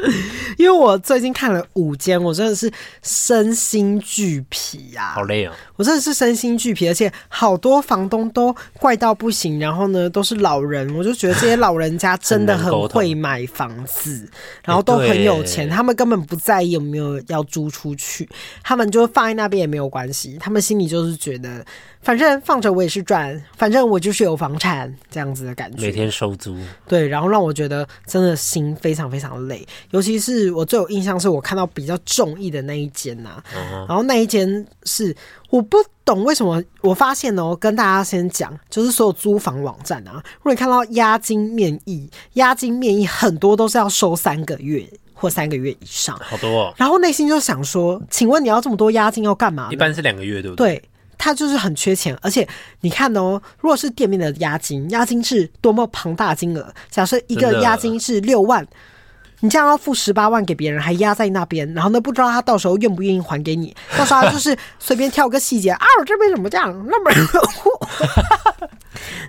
Speaker 1: 因为我最近看了五间，我真的是身心俱疲啊
Speaker 2: 好！ 累哦。
Speaker 1: 我真的是身心俱疲，而且好多房东都怪到不行，然后呢都是老人，我就觉得这些老人家真的
Speaker 2: 很难
Speaker 1: 很
Speaker 2: 沟通
Speaker 1: 会买房子，然后都很有钱，
Speaker 2: 哎对
Speaker 1: 他们根本不在意有没有要租出去，他们就放在那边也没有关系，他们心里就是觉得反正放着我也是赚，反正我就是有房产这样子的感觉
Speaker 2: 每。天收租，
Speaker 1: 对，然后让我觉得真的心非常非常累，尤其是我最有印象是我看到比较中意的那一间呐、然后那一间是我不懂为什么，我发现哦，跟大家先讲，就是所有租房网站啊，如果你看到押金面议，押金面议很多都是要收三个月或三个月以上，
Speaker 2: 好多哦。
Speaker 1: 然后内心就想说，请问你要这么多押金要干嘛
Speaker 2: 一
Speaker 1: 呢？
Speaker 2: 般是两个月，对不？
Speaker 1: 对，他就是很缺钱，而且你看哦，如果是店面的押金，押金是多么庞大的金额，假设一
Speaker 2: 真
Speaker 1: 个
Speaker 2: 的
Speaker 1: 押金是六万。你这样要付十八万给别人，还压在那边，然后呢，不知道他到时候愿不愿意还给你。到时候他就是随便挑个细节啊，我这边怎么这样，那边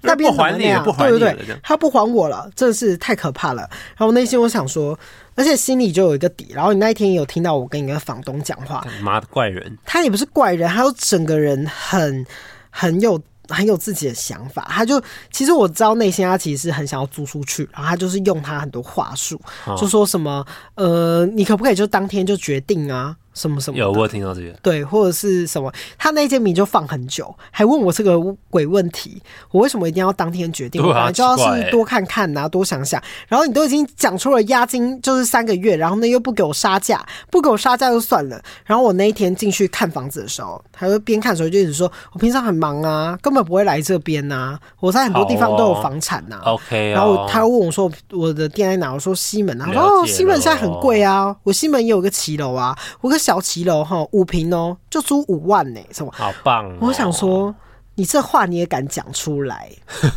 Speaker 1: 那 边怎么
Speaker 2: 不还
Speaker 1: 那
Speaker 2: 你了
Speaker 1: 样，
Speaker 2: 不还
Speaker 1: 对
Speaker 2: 你
Speaker 1: 对
Speaker 2: 了
Speaker 1: 对
Speaker 2: 这样，
Speaker 1: 他不还我了，真的是太可怕了。然后内心我想说，而且心里就有一个底。然后你那一天也有听到我跟一个房东讲话，
Speaker 2: 妈的怪人，
Speaker 1: 他也不是怪人，他就整个人很很有很有自己的想法。他就其实我知道内心他其实是很想要租出去，然后他就是用他很多话术，
Speaker 2: 哦
Speaker 1: 就说什么呃，你可不可以就当天就决定啊，什么什么的
Speaker 2: 有我有听到这个，
Speaker 1: 对，或者是什么，他那间名就放很久，还问我这个鬼问题，我为什么一定要当天决定？
Speaker 2: 对啊
Speaker 1: 我本来就要
Speaker 2: 奇怪
Speaker 1: 是
Speaker 2: 欸
Speaker 1: 多看看呐、多想想。然后你都已经讲出了押金就是三个月，然后呢又不给我杀价，不给我杀价就算了。然后我那一天进去看房子的时候，他就边看的时候就一直说，我平常很忙啊，根本不会来这边呐、我在很多地方都有
Speaker 2: 好哦
Speaker 1: 房产啊呐、
Speaker 2: OK 哦
Speaker 1: 然后他又问我说我的店在哪？我说西门啊。他说
Speaker 2: 了
Speaker 1: 哦，
Speaker 2: 解
Speaker 1: 西门现在很
Speaker 2: 了
Speaker 1: 贵啊，我西门也有个骑楼啊，我有个小骑楼哈，五平哦，就租五万呢、什么？
Speaker 2: 好棒哦。
Speaker 1: 我想说，你这话你也敢讲出来？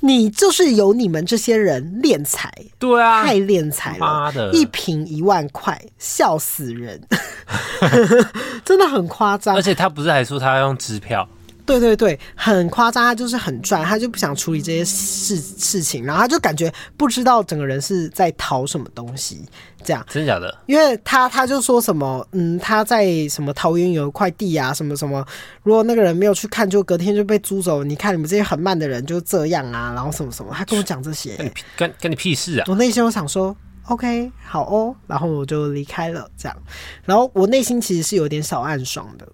Speaker 1: 你就是有你们这些人敛财，
Speaker 2: 对啊，
Speaker 1: 太敛财了
Speaker 2: 妈，的
Speaker 1: 一瓶一万块，笑 死人，真的很夸张
Speaker 2: 而。且他不是还说他要用支票，
Speaker 1: 对对对，很夸张，他就是很拽，他就不想处理这些事事情，然后他就感觉不知道整个人是在逃什么东西这样。
Speaker 2: 真的假的？
Speaker 1: 因为他他就说什么，嗯，他在什么桃园有一块地啊，什么什么，如果那个人没有去看，就隔天就被租走。你看你们这些很慢的人就这样啊，然后什么什么，他跟我讲这些、
Speaker 2: 干你屁干干你屁事啊！
Speaker 1: 我内心我想说，OK，好哦，然后我就离开了这样。然后我内心其实是有点小暗爽的，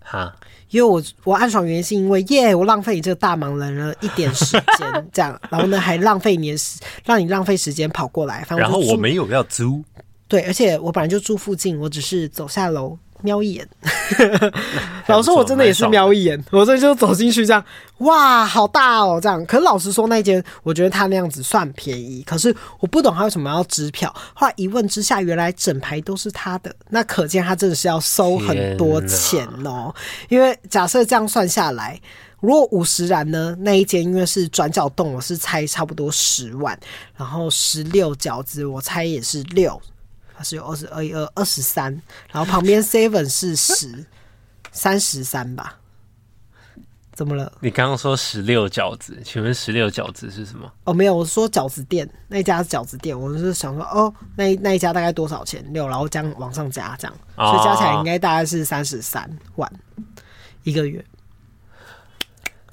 Speaker 2: 哈，
Speaker 1: 因为我我暗爽原因是因为耶，我浪费你这个大忙人了一点时间这样，然后呢还浪费你的时，让你浪费时间跑过来，反正
Speaker 2: 然后
Speaker 1: 就住
Speaker 2: 我没有要租，
Speaker 1: 对，而且我本来就住附近，我只是走下楼瞄一 眼。老实说，我真的也是瞄一眼，我这就走进去这样，哇，好大哦，这样。可是老实说，那间我觉得他那样子算便宜，可是我不懂他为什么要支票。后来一问之下，原来整排都是他的，那可见他真的是要收很多钱哦。因为假设这样算下来。如果五十然呢，那一间因为是转角洞，我是猜差不多十万，然后十六饺子我猜也是六，它是有二十二、二二十三，然后旁边 seven 是十，三十三吧？怎么了？
Speaker 2: 你刚刚说十六饺子，请问十六饺子是什么？
Speaker 1: 哦，没有，我说饺子店那一家是饺子店，我是想说哦，那那一家大概多少钱？六，然后这样往上加，这样，
Speaker 2: 哦
Speaker 1: 所以加起来应该大概是三十三万一个月，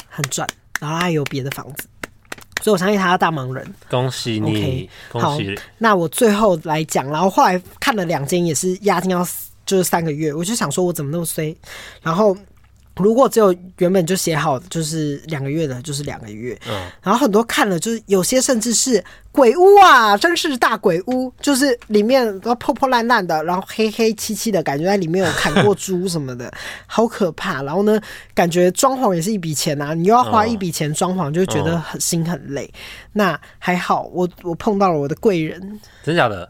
Speaker 1: 很赚。然后他还有别的房子，所以我相信他是大忙人。
Speaker 2: 恭喜你
Speaker 1: OK，
Speaker 2: 恭喜！
Speaker 1: 那我最后来讲，然后后来看了两间也是押金要死就是三个月，我就想说我怎么那么衰，然后。如果只有原本就写好就是两个月的，就是两个月。
Speaker 2: 嗯
Speaker 1: 然后很多看了，就是有些甚至是鬼屋啊，真是大鬼屋，就是里面都破破烂烂的，然后黑黑漆漆的感觉，在里面有砍过猪什么的，好可怕。然后呢，感觉装潢也是一笔钱啊，你又要花一笔钱装潢，就会觉得很心很累。那还好，我我碰到了我的贵人，
Speaker 2: 真假的？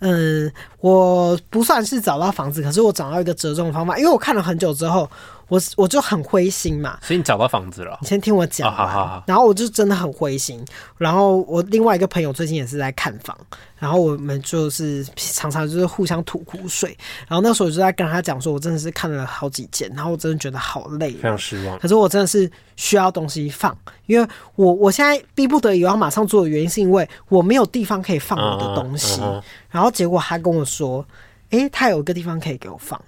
Speaker 1: 嗯，我不算是找到房子，可是我找到一个折中的方法，因为我看了很久之后，我我就很灰心嘛。
Speaker 2: 所以你找到房 子了
Speaker 1: 你？先听我讲
Speaker 2: 哦
Speaker 1: 完，
Speaker 2: 好好好
Speaker 1: 然后我就真的很灰心。然后我另外一个朋友最近也是在看房，然后我们就是常常就是互相吐苦水。然后那时候我就在跟他讲说，我真的是看了好几间，然后我真的觉得好累哦、
Speaker 2: 非常失望。
Speaker 1: 可是我真的是需要东西放，因为我我现在逼不得已我要马上做的原因，是因为我没有地方可以放我的东西。
Speaker 2: 嗯嗯嗯
Speaker 1: 然后结果他跟我说，诶、他有一个地方可以给我放，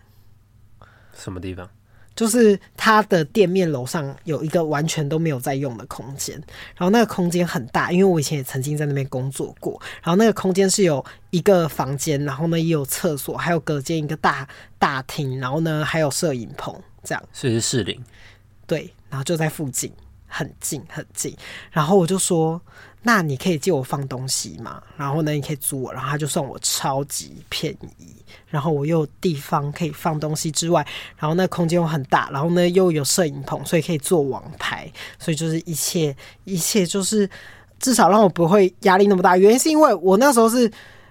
Speaker 2: 什么地方？
Speaker 1: 就是他的店面楼上有一个完全都没有在用的空间，然后那个空间很大，因为我以前也曾经在那边工作过，然后那个空间是有一个房间，然后呢也有厕所，还有隔间一个大大厅，然后呢还有摄影棚这样。
Speaker 2: 所以是士林。
Speaker 1: 对，然后就在附近，很近很近。然后我就说，那你可以借我放东西嘛？然后呢，你可以租我，然后他就算我超级便宜，然后我又有地方可以放东西之外，然后那空间又很大，然后呢又有摄影棚，所以可以做网拍，所以就是一切一切就是至少让我不会压力那么大。原因是因为我那时候是。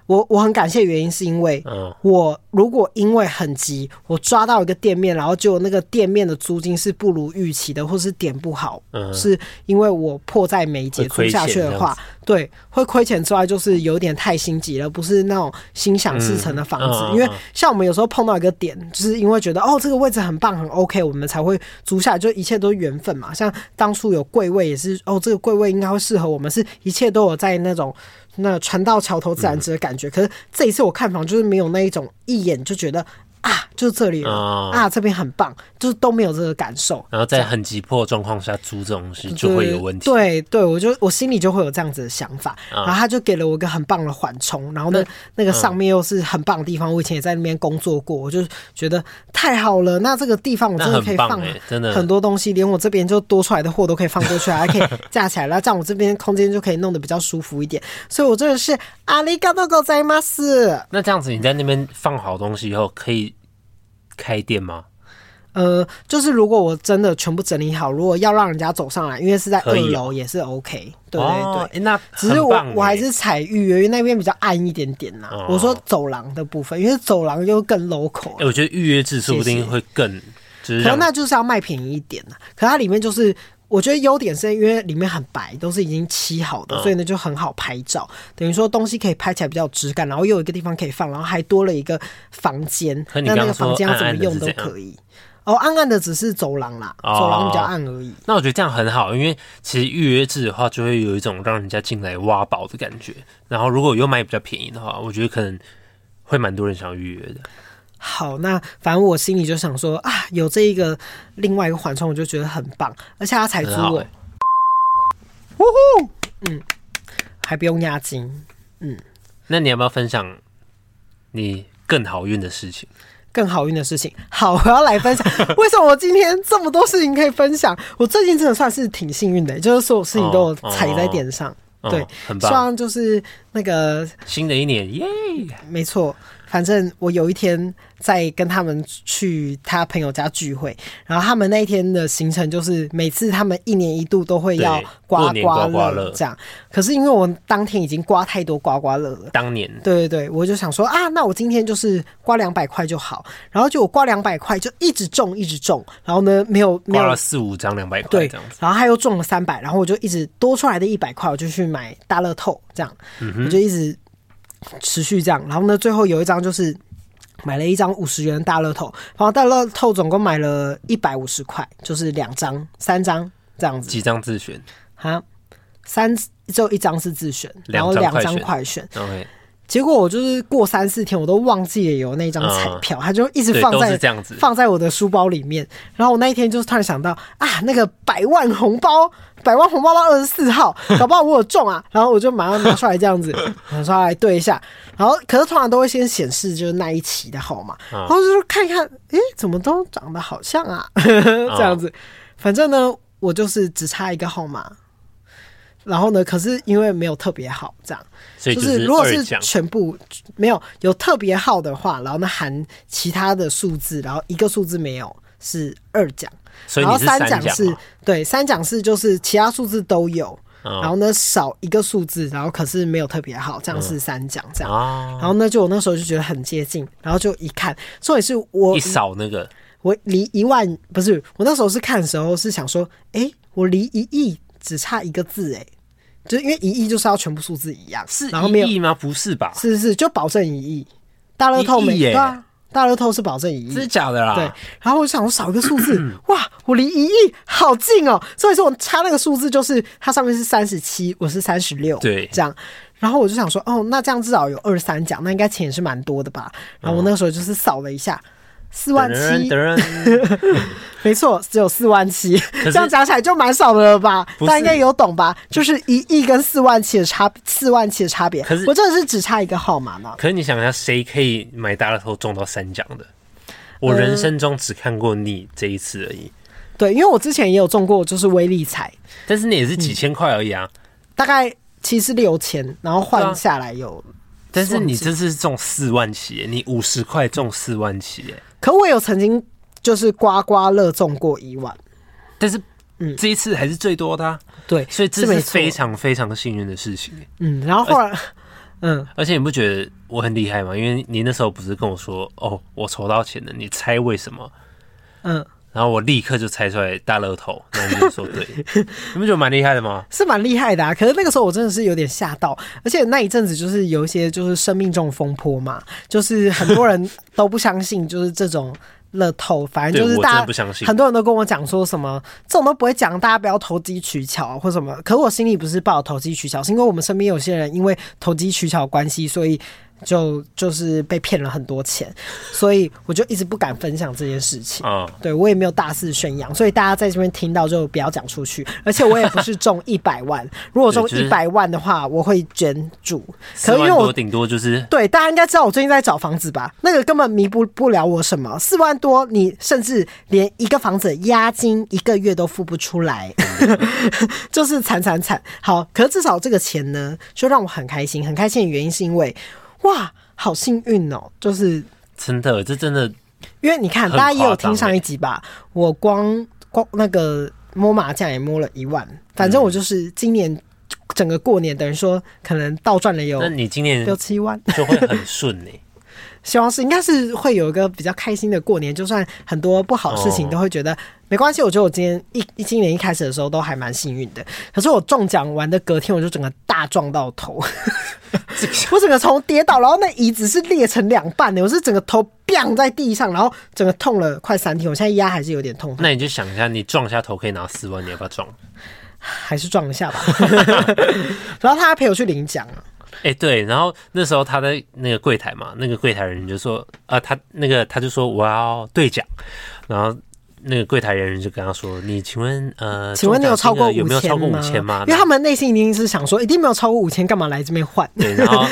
Speaker 1: 我我很感谢，原因是因为
Speaker 2: 嗯，
Speaker 1: 我如果因为很急，我抓到一个店面，然后结果那个店面的租金是不如预期的，或是点不好，
Speaker 2: 嗯
Speaker 1: 是因为我迫在眉睫
Speaker 2: 会
Speaker 1: 租
Speaker 2: 亏
Speaker 1: 下去
Speaker 2: 钱
Speaker 1: 的
Speaker 2: 这
Speaker 1: 话
Speaker 2: 样，
Speaker 1: 对，会亏钱之外，就是有点太心急了，不是那种心想事成的房子。
Speaker 2: 嗯嗯嗯
Speaker 1: 因为像我们有时候碰到一个点，就是因为觉得哦这个位置很棒很 OK，我们才会租下来，就一切都是缘分嘛。像当初有柜位也是哦，这个柜位应该会适合我们，是一切都有在那种那船到桥头自然直的感觉。
Speaker 2: 嗯
Speaker 1: 可是这一次我看房就是没有那一种一眼就觉得啊，就是这里了、
Speaker 2: 哦
Speaker 1: 啊，这边很棒，就是都没有这个感受。
Speaker 2: 然后在很急迫的状况下租这种东西就会有问题。
Speaker 1: 对对，我就我心里就会有这样子的想法，
Speaker 2: 啊
Speaker 1: 然后他就给了我一个很棒的缓冲，然后呢，那个上面又是很棒的地方，我以前也在那边工作过，我就觉得太好了，那这个地方我真
Speaker 2: 那
Speaker 1: 的可以
Speaker 2: 很棒
Speaker 1: 放
Speaker 2: 哎、真的
Speaker 1: 很多东西，连我这边就多出来的货都可以放过去，还 可以架起来，那这样我这边空间就可以弄得比较舒服一点，所以我真的是阿里嘎多狗在吗？是。
Speaker 2: 那这样子，你在那边放好东西以后，可以开店吗？
Speaker 1: 呃，就是如果我真的全部整理好，如果要让人家走上来，因为是在二
Speaker 2: 可以哦
Speaker 1: 楼也是 OK，、对对对。
Speaker 2: 哦诶那
Speaker 1: 只是
Speaker 2: 很
Speaker 1: 我
Speaker 2: 棒
Speaker 1: 我还
Speaker 2: 诶
Speaker 1: 是采预约，因为那边比较暗一点点啦、
Speaker 2: 哦哎
Speaker 1: 我说走廊的部分，因为走廊又更 local
Speaker 2: 诶
Speaker 1: 了。
Speaker 2: 我觉得预约制说不
Speaker 1: 谢
Speaker 2: 定
Speaker 1: 谢
Speaker 2: 会更，就
Speaker 1: 可能
Speaker 2: 是让
Speaker 1: 那就是要卖便宜一点啦。可它里面就是，我觉得优点是因为里面很白，都是已经漆好的，
Speaker 2: 嗯
Speaker 1: 所以呢就很好拍照。等于说东西可以拍起来比较有质感，然后又有一个地方可以放，然后还多了一个房间。
Speaker 2: 可你
Speaker 1: 那那
Speaker 2: 刚
Speaker 1: 个
Speaker 2: 刚
Speaker 1: 房
Speaker 2: 说
Speaker 1: 间要怎么
Speaker 2: 暗暗的
Speaker 1: 用
Speaker 2: 是
Speaker 1: 都
Speaker 2: 怎样
Speaker 1: 可以。哦，暗暗的只是走廊啦，
Speaker 2: 哦
Speaker 1: 走廊比较暗而已。
Speaker 2: 那我觉得这样很好，因为其实预约制的话，就会有一种让人家进来挖宝的感觉。然后如果又买比较便宜的话，我觉得可能会蛮多人想要预约的。
Speaker 1: 好，那反正我心里就想说啊，有这一个另外一个缓冲，我就觉得很棒，而且他才租
Speaker 2: 很好
Speaker 1: 我
Speaker 2: 欸，
Speaker 1: 呜呼，嗯，还不用押金，
Speaker 2: 那你要不要分享你更好运的事情？
Speaker 1: 更好运的事情。好，我要来分享，为什么我今天这么多事情可以分享？我最近真的算是挺幸运的、就是所有事情都有踩在点上。
Speaker 2: 嗯、
Speaker 1: 对，
Speaker 2: 哦很
Speaker 1: 希
Speaker 2: 棒。
Speaker 1: 望就是那个
Speaker 2: 新的一年，耶！
Speaker 1: 没错，反正我有一天在跟他们去他朋友家聚会，然后他们那一天的行程就是每次他们一年一度都会要
Speaker 2: 对
Speaker 1: 刮
Speaker 2: 过年刮刮
Speaker 1: 乐
Speaker 2: 乐
Speaker 1: 这样，可是因为我当天已经刮太多刮刮乐了。
Speaker 2: 当年
Speaker 1: 对对对，我就想说啊，那我今天就是刮两百块就好，然后就我刮两百块就一直中一直中，然后呢没有没
Speaker 2: 刮
Speaker 1: 有
Speaker 2: 了四五张两百块
Speaker 1: 对
Speaker 2: 这样子，，
Speaker 1: 然后他又中了三百，然后我就一直多出来的一百块，我就去买大乐透，这样、
Speaker 2: 嗯
Speaker 1: 我就一直持续这样。然后呢，最后有一张就是买了一张五十元的大乐透，然后大乐透总共买了一百五十块，就是两张、三张这样子
Speaker 2: 几张自选
Speaker 1: 哈，三只有一张是自选，然后
Speaker 2: 两
Speaker 1: 两
Speaker 2: 张
Speaker 1: 张
Speaker 2: 快选
Speaker 1: 快选。
Speaker 2: ，OK，
Speaker 1: 结果我就是过三四天，我都忘记了有那张彩票，它就一直
Speaker 2: 嗯对，
Speaker 1: 放
Speaker 2: 都
Speaker 1: 在
Speaker 2: 是这样子。
Speaker 1: 放在我的书包里面。然后我那一天就是突然想到啊，那个百万红包，百万红包到二十四 号，搞不好我有中啊。然后我就马上拿出来这样子，拿出来对一下。然后可是通常都会先显示就是那一期的号码，
Speaker 2: 嗯
Speaker 1: 然后就是看一看，诶，怎么都长得好像啊， 这样
Speaker 2: 嗯
Speaker 1: 子。反正呢，我就是只差一个号码。然后呢？可是因为没有特别好，这样
Speaker 2: 所以
Speaker 1: 就
Speaker 2: 就是是
Speaker 1: 如果
Speaker 2: 二
Speaker 1: 是
Speaker 2: 奖，
Speaker 1: 全部没有有特别号的话，然后呢含其他的数字，然后一个数字没有是二奖，
Speaker 2: 所以
Speaker 1: 然后
Speaker 2: 你是
Speaker 1: 三
Speaker 2: 奖
Speaker 1: 是
Speaker 2: 嘛
Speaker 1: 对三奖是就是其他数字都有，
Speaker 2: 嗯
Speaker 1: 然后呢少一个数字，然后可是没有特别号，这样
Speaker 2: 嗯
Speaker 1: 是三奖这样。
Speaker 2: 啊，
Speaker 1: 然后呢，就我那时候就觉得很接近，然后就一看，重点是我
Speaker 2: 一扫那个
Speaker 1: 我离一万不是我那时候是看的时候是想说，诶，我离一亿只差一个字、诶，就是因为一亿就是要全部数字一样，
Speaker 2: 是
Speaker 1: 然后没有
Speaker 2: 一亿吗？不是吧？
Speaker 1: 是是，就保证一亿，大乐透
Speaker 2: 一亿
Speaker 1: 没
Speaker 2: 耶
Speaker 1: 对啊，大乐透是保证一亿
Speaker 2: 真的。假的啦？
Speaker 1: 对，然后我就想我少一个数 字，哇，我离一亿好近哦，所以说我差那个数字就是它上面是三十七，我是三十六，
Speaker 2: 对
Speaker 1: 这样。然后我就想说，哦，那这样至少有二三奖，那应该钱也是蛮多的吧。然后我那时候就是扫了一下，四万七，
Speaker 2: 噔
Speaker 1: 没错，只有四万七，这
Speaker 2: 是
Speaker 1: 样讲起来就蛮少的了吧？
Speaker 2: 不
Speaker 1: 大家
Speaker 2: 是
Speaker 1: 应该有懂吧？就是一亿跟四万七的差，四万七的差别
Speaker 2: 可是，
Speaker 1: 我真的是只差一个号码呢。
Speaker 2: 可是你想一下，谁可以买大乐透中到三奖的？
Speaker 1: 呃
Speaker 2: 我人生中只看过你这一次而已，
Speaker 1: 对，因为我之前也有中过，就是微利彩，
Speaker 2: 但是那也是几千块而已啊。
Speaker 1: 大概其实六千，然后
Speaker 2: 对
Speaker 1: 换
Speaker 2: 啊
Speaker 1: 下来有，
Speaker 2: 但是你这次中四万起耶，你五十块中四万起耶，
Speaker 1: 可我有曾经就是刮刮乐中过一万，
Speaker 2: 但是
Speaker 1: 嗯
Speaker 2: 这一次还是最多的、啊，
Speaker 1: 对，
Speaker 2: 所以这
Speaker 1: 是没
Speaker 2: 是
Speaker 1: 错
Speaker 2: 非常呃非常幸运的事情耶。
Speaker 1: 嗯，然后后来，嗯，
Speaker 2: 而且你不觉得我很厉害吗？因为你那时候不是跟我说，哦，我筹到钱了，你猜为什么？
Speaker 1: 嗯，
Speaker 2: 然后我立刻就猜出来大乐透，然后你就说 对，你不觉得蛮厉害的吗？
Speaker 1: 是蛮厉害的啊。可是那个时候我真的是有点吓到，而且那一阵子就是有一些就是生命中的风波嘛，就是很多人都不相信，就是这种。乐透，反正
Speaker 2: 对，
Speaker 1: 就
Speaker 2: 我
Speaker 1: 是
Speaker 2: 真
Speaker 1: 大
Speaker 2: 的
Speaker 1: 家
Speaker 2: 不相信
Speaker 1: 很。多人都跟我讲说什么这种都不会讲，大家不要投机取巧啊或什么。可我心里不是抱投机取巧，是因为我们身边有些人因为投机取巧的关系，所以就就是被骗了很多钱，所以我就一直不敢分享这件事情。
Speaker 2: 啊、
Speaker 1: 对我也没有大肆宣扬，所以大家在这边听到就不要讲出去。而且我也不是中一百 万，如果中
Speaker 2: 对就是
Speaker 1: 一百万的话，我会捐助。可
Speaker 2: 四
Speaker 1: 是因
Speaker 2: 万
Speaker 1: 为我
Speaker 2: 多顶多就是
Speaker 1: 对，大家应该知道我最近在找房子吧？那个根本弥补不了我什么，四万多，你甚至连一个房子的押金一个月都付不出来， 就是惨惨惨。好，可是至少这个钱呢，就让我很开心。很开心的原因是因为，哇，好幸运哦！就是
Speaker 2: 真的，这真的
Speaker 1: 因为你看，
Speaker 2: 很
Speaker 1: 大家也有
Speaker 2: 夸张欸
Speaker 1: 听上一集吧？我光光那个摸麻将也摸了一万，反
Speaker 2: 嗯
Speaker 1: 正我就是今年整个过年，等于说可能倒赚了有
Speaker 2: 那你今年
Speaker 1: 六七万。
Speaker 2: 就会很顺欸呢、
Speaker 1: 希望是应该是会有一个比较开心的过年，就算很多不好的事情，
Speaker 2: 哦
Speaker 1: 都会觉得没关系，我觉得我今天一一今年一开始的时候都还蛮幸运的，可是我中奖完的隔天我就整个大撞到头，我整个从跌倒，然后那椅子是裂成两半的，我是整个头 biang 在地上，然后整个痛了快三天，我现在压还是有点痛，
Speaker 2: 那你就想一下，你撞一下头可以拿四万，你要不要撞？
Speaker 1: 还是撞一 下吧。然后他还陪我去领奖啊，
Speaker 2: 哎、对，然后那时候他在那个柜台嘛，那个柜台人就说，啊，他那个他就说我要兑奖，然后那个柜台人就跟他说，你请问呃，
Speaker 1: 请问你
Speaker 2: 中
Speaker 1: 有
Speaker 2: 奖
Speaker 1: 超
Speaker 2: 金额
Speaker 1: 过
Speaker 2: 有没有超过五千
Speaker 1: 千
Speaker 2: 吗？
Speaker 1: 因为他们内心一定是想说，一定没有超过五千，干嘛来这边换？
Speaker 2: 对，然后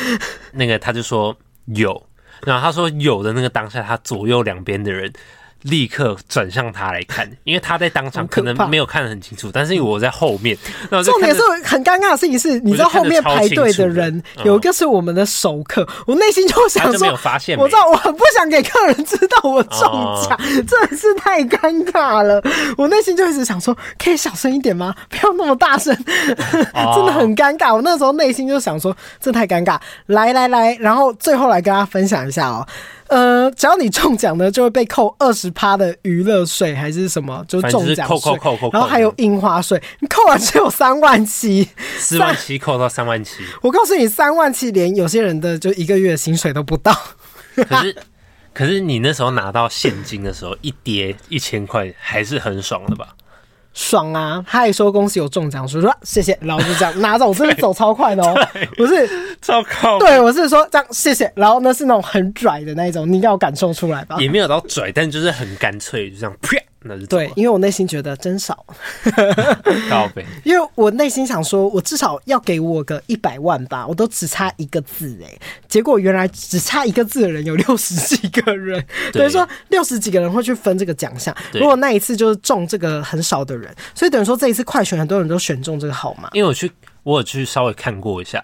Speaker 2: 那个他就说有，然后他说有的那个当下，他左右两边的人立刻转向他来看，因为他在当场
Speaker 1: 很可
Speaker 2: 可
Speaker 1: 怕
Speaker 2: 能没有看得很清楚，但是因为我在后面，那我就
Speaker 1: 重
Speaker 2: 看
Speaker 1: 点
Speaker 2: 着
Speaker 1: 是很尴尬的事情是，你知道后面排队的人
Speaker 2: 我就看得超清楚的嗯
Speaker 1: 有一个是我们的熟客，我内心就
Speaker 2: 他
Speaker 1: 想
Speaker 2: 就没
Speaker 1: 说
Speaker 2: 有，发现没，哦
Speaker 1: 我知道我很不想给客人知道我中奖，真的是太尴尬了。我内心就一直想说，可以小声一点吗？不要那么大声，
Speaker 2: 哦
Speaker 1: 真的很尴尬。我那时候内心就想说，这太尴尬。来来来，然后最后来跟大家分享一下哦。呃，只要你中奖呢，就会被扣二十趴的娱乐税，还是什么，就是
Speaker 2: 反正
Speaker 1: 中
Speaker 2: 就是
Speaker 1: 奖
Speaker 2: 扣扣
Speaker 1: 税
Speaker 2: 扣扣扣
Speaker 1: 然后还有印花税，你扣完只有三万七。
Speaker 2: 四万七扣到三万七，
Speaker 1: 我告诉你，三万七连有些人的就一个月的薪水都不到。
Speaker 2: 可 是。可是你那时候拿到现金的时候，一叠一千块还是很爽的吧？
Speaker 1: 爽啊！他还说恭喜有中奖，说说谢谢，然后就这样拿走，我真的走超快的 哦，不是，
Speaker 2: 糟糕，
Speaker 1: 对啊我是说这样谢谢，然后呢是那种很拽的那一种，你应该有感受出来吧？
Speaker 2: 也没有到拽，但就是很干脆，就这样啪，那就走
Speaker 1: 对，因为我内心觉得真少，
Speaker 2: 了告呗。
Speaker 1: 因为我内心想说，我至少要给我个一百万吧，我都只差一个字哎、结果原来只差一个字的人有 六十几个人，
Speaker 2: 对
Speaker 1: 等于说六十几个人会去分这个奖项。
Speaker 2: 对
Speaker 1: 如果那一次就是中这个很少的人，所以等于说这一次快选很多人都选中这个号码。
Speaker 2: 因为我去，我有去稍微看过一下，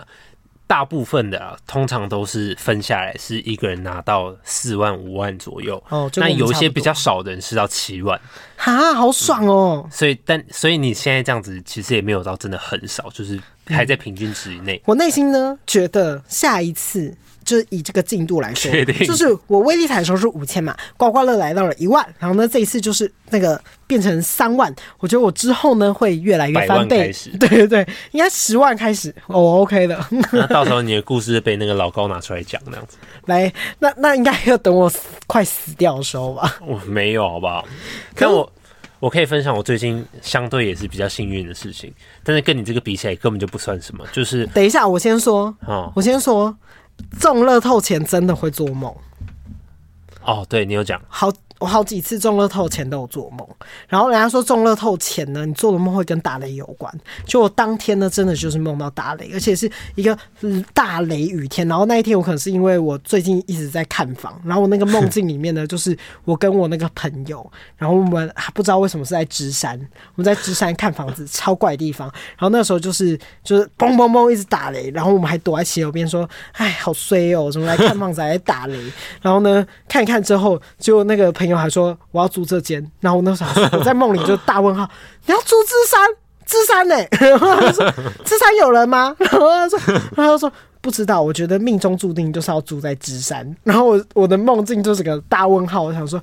Speaker 2: 大部分的啊，通常都是分下来是一个人拿到四万五万左右。
Speaker 1: 哦就跟
Speaker 2: 那
Speaker 1: 我们
Speaker 2: 有一
Speaker 1: 差不
Speaker 2: 些
Speaker 1: 多
Speaker 2: 比较少的人是到七万，
Speaker 1: 哈，好爽哦！
Speaker 2: 所以但所以你现在这样子其实也没有到真的很少，就是还在平均值以内。
Speaker 1: 我内心呢觉得下一次。就是以这个进度来说
Speaker 2: 确，定
Speaker 1: 就是我威力彩的时候是五千嘛，刮刮乐来到了一万，然后呢这一次就是那个变成三万，我觉得我之后呢会越来越
Speaker 2: 百万
Speaker 1: 翻倍
Speaker 2: 开始，
Speaker 1: 对对对，应该十万开始，我、OK 的。
Speaker 2: 那到时候你的故事被那个老高拿出来讲那样子，
Speaker 1: 来，那那应该要等我死快死掉的时候吧。
Speaker 2: 我没有好不好？但我我可以分享我最近相对也是比较幸运的事情，但是跟你这个比起来根本就不算什么，就是
Speaker 1: 等一下，我先说，
Speaker 2: 哦
Speaker 1: 我先说，中乐透前真的会做梦。
Speaker 2: 哦，对你有讲，
Speaker 1: 好，我好几次中乐透前都有做梦，然后人家说中乐透前呢，你做的梦会跟打雷有关。就我当天呢，真的就是梦到打雷，而且是一个嗯大雷雨天。然后那一天我可能是因为我最近一直在看房，然后我那个梦境里面呢，就是我跟我那个朋友，然后我们啊不知道为什么是在芝山，我们在芝山看房子，超怪的地方。然后那时候就是就是嘣嘣嘣一直打雷，然后我们还躲在骑楼边说，哎，好衰哦，怎么来看房子还在打雷？ 然后呢，看一看之后，结果那个朋友还说我要租这间，然后我那时候我在梦里就大问号，你要租芝山？芝山呢、 然后他就说芝山有人吗？ 然后他说，然后他说不知道，我觉得命中注定就是要住在芝山。然后我我的梦境就是个大问号，我想说。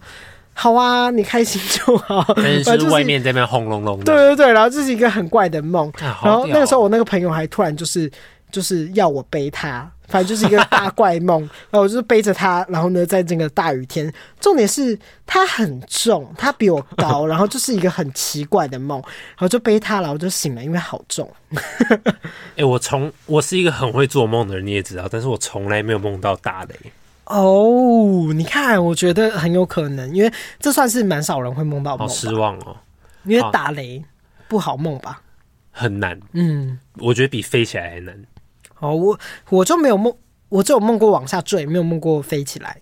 Speaker 1: 好啊，你开心就好。
Speaker 2: 但
Speaker 1: 反
Speaker 2: 是
Speaker 1: 正
Speaker 2: 是
Speaker 1: 就
Speaker 2: 外
Speaker 1: 是
Speaker 2: 面在那边轰隆隆的，
Speaker 1: 对对对，然后这是一个很怪的梦。
Speaker 2: 啊好
Speaker 1: 然后那
Speaker 2: 屌
Speaker 1: 个时候
Speaker 2: 哦
Speaker 1: 我那个朋友还突然就是就是要我背他，反正就是一个大怪梦。 然后我就是背着他，然后呢，在这个大雨天，重点是他很重，他比我高，然后就是一个很奇怪的梦。然后就背他，然后就醒了，因为好重。
Speaker 2: 哎、我从我是一个很会做梦的人，你也知道，但是我从来没有梦到打雷。
Speaker 1: 哦，你看，我觉得很有可能，因为这算是蛮少人会梦到
Speaker 2: 好
Speaker 1: 梦吧，
Speaker 2: 失望哦，
Speaker 1: 因
Speaker 2: 好
Speaker 1: 为打雷不好梦吧。
Speaker 2: 很难，
Speaker 1: 嗯，
Speaker 2: 我觉得比飞起来还难。
Speaker 1: 哦，我我就没有梦，我只有梦过往下坠，没有梦过飞起来。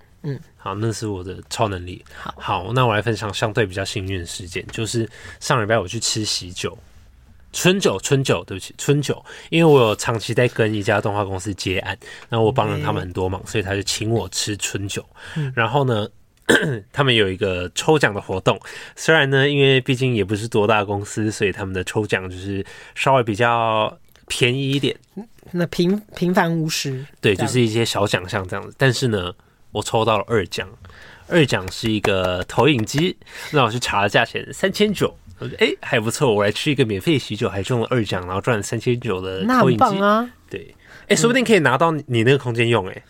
Speaker 2: 好，那是我的超能力。好，那我来分享相对比较幸运的事件，就是上礼拜我去吃喜酒，春酒，春酒，对不起，春酒，因为我有长期在跟一家动画公司接案，那我帮了他们很多忙，所以他就请我吃春酒。然后呢， 他们有一个抽奖的活动，虽然呢，因为毕竟也不是多大公司，所以他们的抽奖就是稍微比较便宜一点。
Speaker 1: 那平平凡无实，
Speaker 2: 对，
Speaker 1: 这
Speaker 2: 就
Speaker 1: 样
Speaker 2: 是一些小奖项这样子。但是呢，我抽到了二奖，二奖是一个投影机，那我去查了价钱三千九。我说哎、还不错，我来吃一个免费喜酒，还中了二奖，然后赚了三千九的
Speaker 1: 那
Speaker 2: 投
Speaker 1: 很
Speaker 2: 影
Speaker 1: 棒
Speaker 2: 机。
Speaker 1: 啊！
Speaker 2: 对，哎、说不定可以拿到你那个空间用、哎，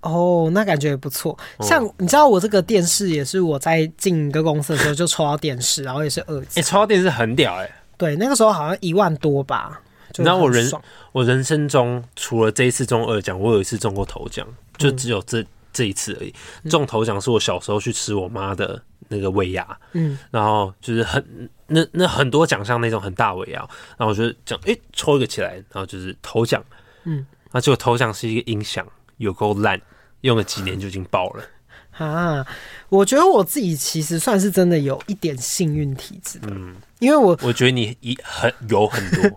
Speaker 1: 嗯哦，那感觉也不错。
Speaker 2: 哦
Speaker 1: 像你知道，我这个电视也是我在进一个公司的时候就抽到电视，然后也是二
Speaker 2: 哎、
Speaker 1: 级。
Speaker 2: 超电是很屌、哎，
Speaker 1: 对，那个时候好像一万多吧。就
Speaker 2: 你知道我
Speaker 1: 很
Speaker 2: 人
Speaker 1: 爽
Speaker 2: 我人生中除了这一次中二奖，我有一次中过头奖，
Speaker 1: 嗯
Speaker 2: 就只有这、这一次而已。中头奖是我小时候去吃我妈的那个尾牙，
Speaker 1: 嗯，
Speaker 2: 然后就是很那那很多奖项那种很大尾牙，然后我就讲诶抽一个起来，然后就是头奖，
Speaker 1: 嗯，
Speaker 2: 那结果头奖是一个音响，有够烂，用了几年就已经爆了。
Speaker 1: 啊，我觉得我自己其实算是真的有一点幸运体质的，
Speaker 2: 嗯
Speaker 1: 因为我
Speaker 2: 我觉得你一很有很 多，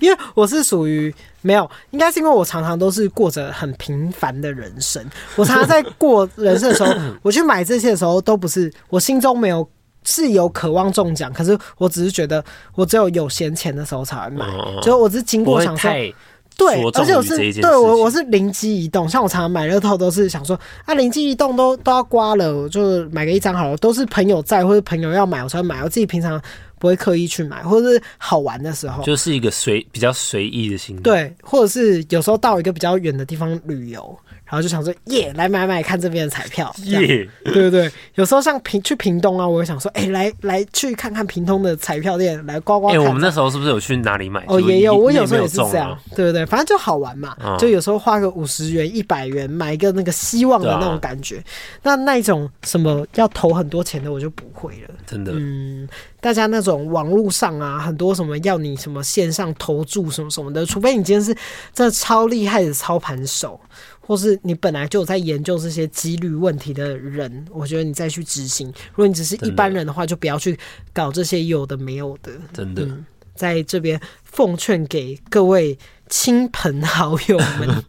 Speaker 1: 因为我是属于没有，应该是因为我常常都是过着很平凡的人生。我常常在过人生的时 候，我去买这些的时候，都不是我心中没有是有渴望中奖，可是我只是觉得我只有有闲钱的时候才会买，
Speaker 2: 嗯嗯嗯
Speaker 1: 就是我只是经
Speaker 2: 不
Speaker 1: 过
Speaker 2: 会
Speaker 1: 想说。
Speaker 2: 太
Speaker 1: 对
Speaker 2: 着，重
Speaker 1: 而且我
Speaker 2: 于
Speaker 1: 是
Speaker 2: 这一件
Speaker 1: 对
Speaker 2: 事
Speaker 1: 我我
Speaker 2: 情
Speaker 1: 是灵机一动，像我常常买乐透都是想说啊，灵机一动都都要刮了，我就买个一张好了。都是朋友在或者朋友要买我才会买，我自己平常不会刻意去买，或者是好玩的时候。
Speaker 2: 就是一个随比较随意的心态。
Speaker 1: 对，或者是有时候到一个比较远的地方旅游，然后就想说耶，来买买看这边的彩票，这样
Speaker 2: 耶
Speaker 1: 对不对？有时候像屏去屏东啊，我也想说， 哎、来来去看看屏东的彩票店，来刮刮
Speaker 2: 哎、
Speaker 1: 看。
Speaker 2: 我们那时候是不是有去哪里买？
Speaker 1: 哦，
Speaker 2: 结果
Speaker 1: 也有，
Speaker 2: 你
Speaker 1: 我
Speaker 2: 你
Speaker 1: 有时候
Speaker 2: 没
Speaker 1: 也
Speaker 2: 有
Speaker 1: 是
Speaker 2: 中
Speaker 1: 这样
Speaker 2: 啊。，
Speaker 1: 对不对？反正就好玩嘛，
Speaker 2: 嗯
Speaker 1: 就有时候花个五十元、一百元买一个那个希望的
Speaker 2: 啊
Speaker 1: 那种感觉。那那一种什么要投很多钱的，我就不会了。
Speaker 2: 真的，
Speaker 1: 嗯，大家那种网络上啊，很多什么要你什么线上投注什么什么的，除非你今天是真的超厉害的操盘手，或是你本来就有在研究这些几率问题的人，我觉得你再去执行。如果你只是一般人的话，就不要去搞这些有的没有的。
Speaker 2: 真的。
Speaker 1: 嗯在这边奉劝给各位亲朋好友 们，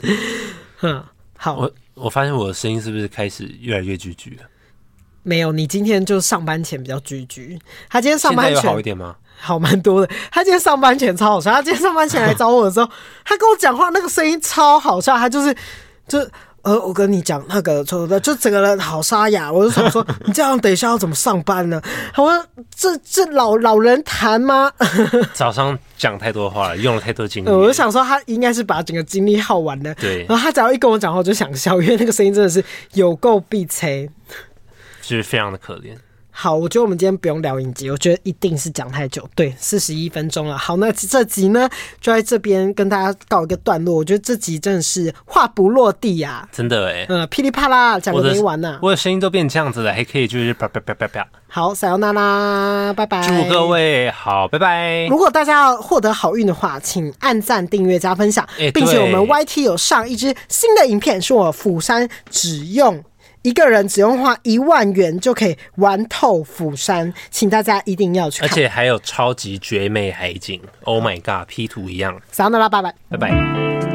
Speaker 1: 嗯，好
Speaker 2: 我，我发现我的声音是不是开始越来越聚聚了？
Speaker 1: 没有，你今天就上班前比较居居，他今天上
Speaker 2: 现在
Speaker 1: 班
Speaker 2: 有
Speaker 1: 前
Speaker 2: 好一点吗？
Speaker 1: 好蛮多的。他今天上班前超好笑，他今天上班前来找我的时候，他跟我讲话那个声音超好笑，他就是就呃，我跟你讲那个就就整个人好沙哑，我就想说你这样等一下要怎么上班呢？我说这这老老人谈吗？
Speaker 2: 早上讲太多话了，用了太多精力。
Speaker 1: 呃我就想说他应该是把整个精力耗完了。
Speaker 2: 对
Speaker 1: 然，后他只要一跟我讲话，我就想笑，因为那个声音真的是有够逼催。
Speaker 2: 就是非常的可怜。
Speaker 1: 好，我觉得我们今天不用聊影集，我觉得一定是讲太久，对，四十一分钟了。好，那这集呢就在这边跟大家告一个段落。我觉得这集真的是话不落地呀、
Speaker 2: 真的哎、
Speaker 1: 嗯、噼里啪啦讲
Speaker 2: 我
Speaker 1: 个
Speaker 2: 的
Speaker 1: 没完啊呐、
Speaker 2: 我的声音都变这样子了，还可以就是啪啪啪啪啪。
Speaker 1: 好，撒由那拉，拜拜，
Speaker 2: 祝各。位好，拜拜。
Speaker 1: 哎如果大家要获得好运的话，请按赞、订阅、加分享，
Speaker 2: 哎
Speaker 1: 并且
Speaker 2: 对
Speaker 1: 我们 YT 有上一支新的影片，是我釜山只用一个人只用花一万元就可以玩透釜山，请大家一定要去
Speaker 2: 而
Speaker 1: 看。
Speaker 2: 且还有超级绝美海景，Oh my god，P 图一样，
Speaker 1: 撒由那拉，拜拜。
Speaker 2: 拜拜。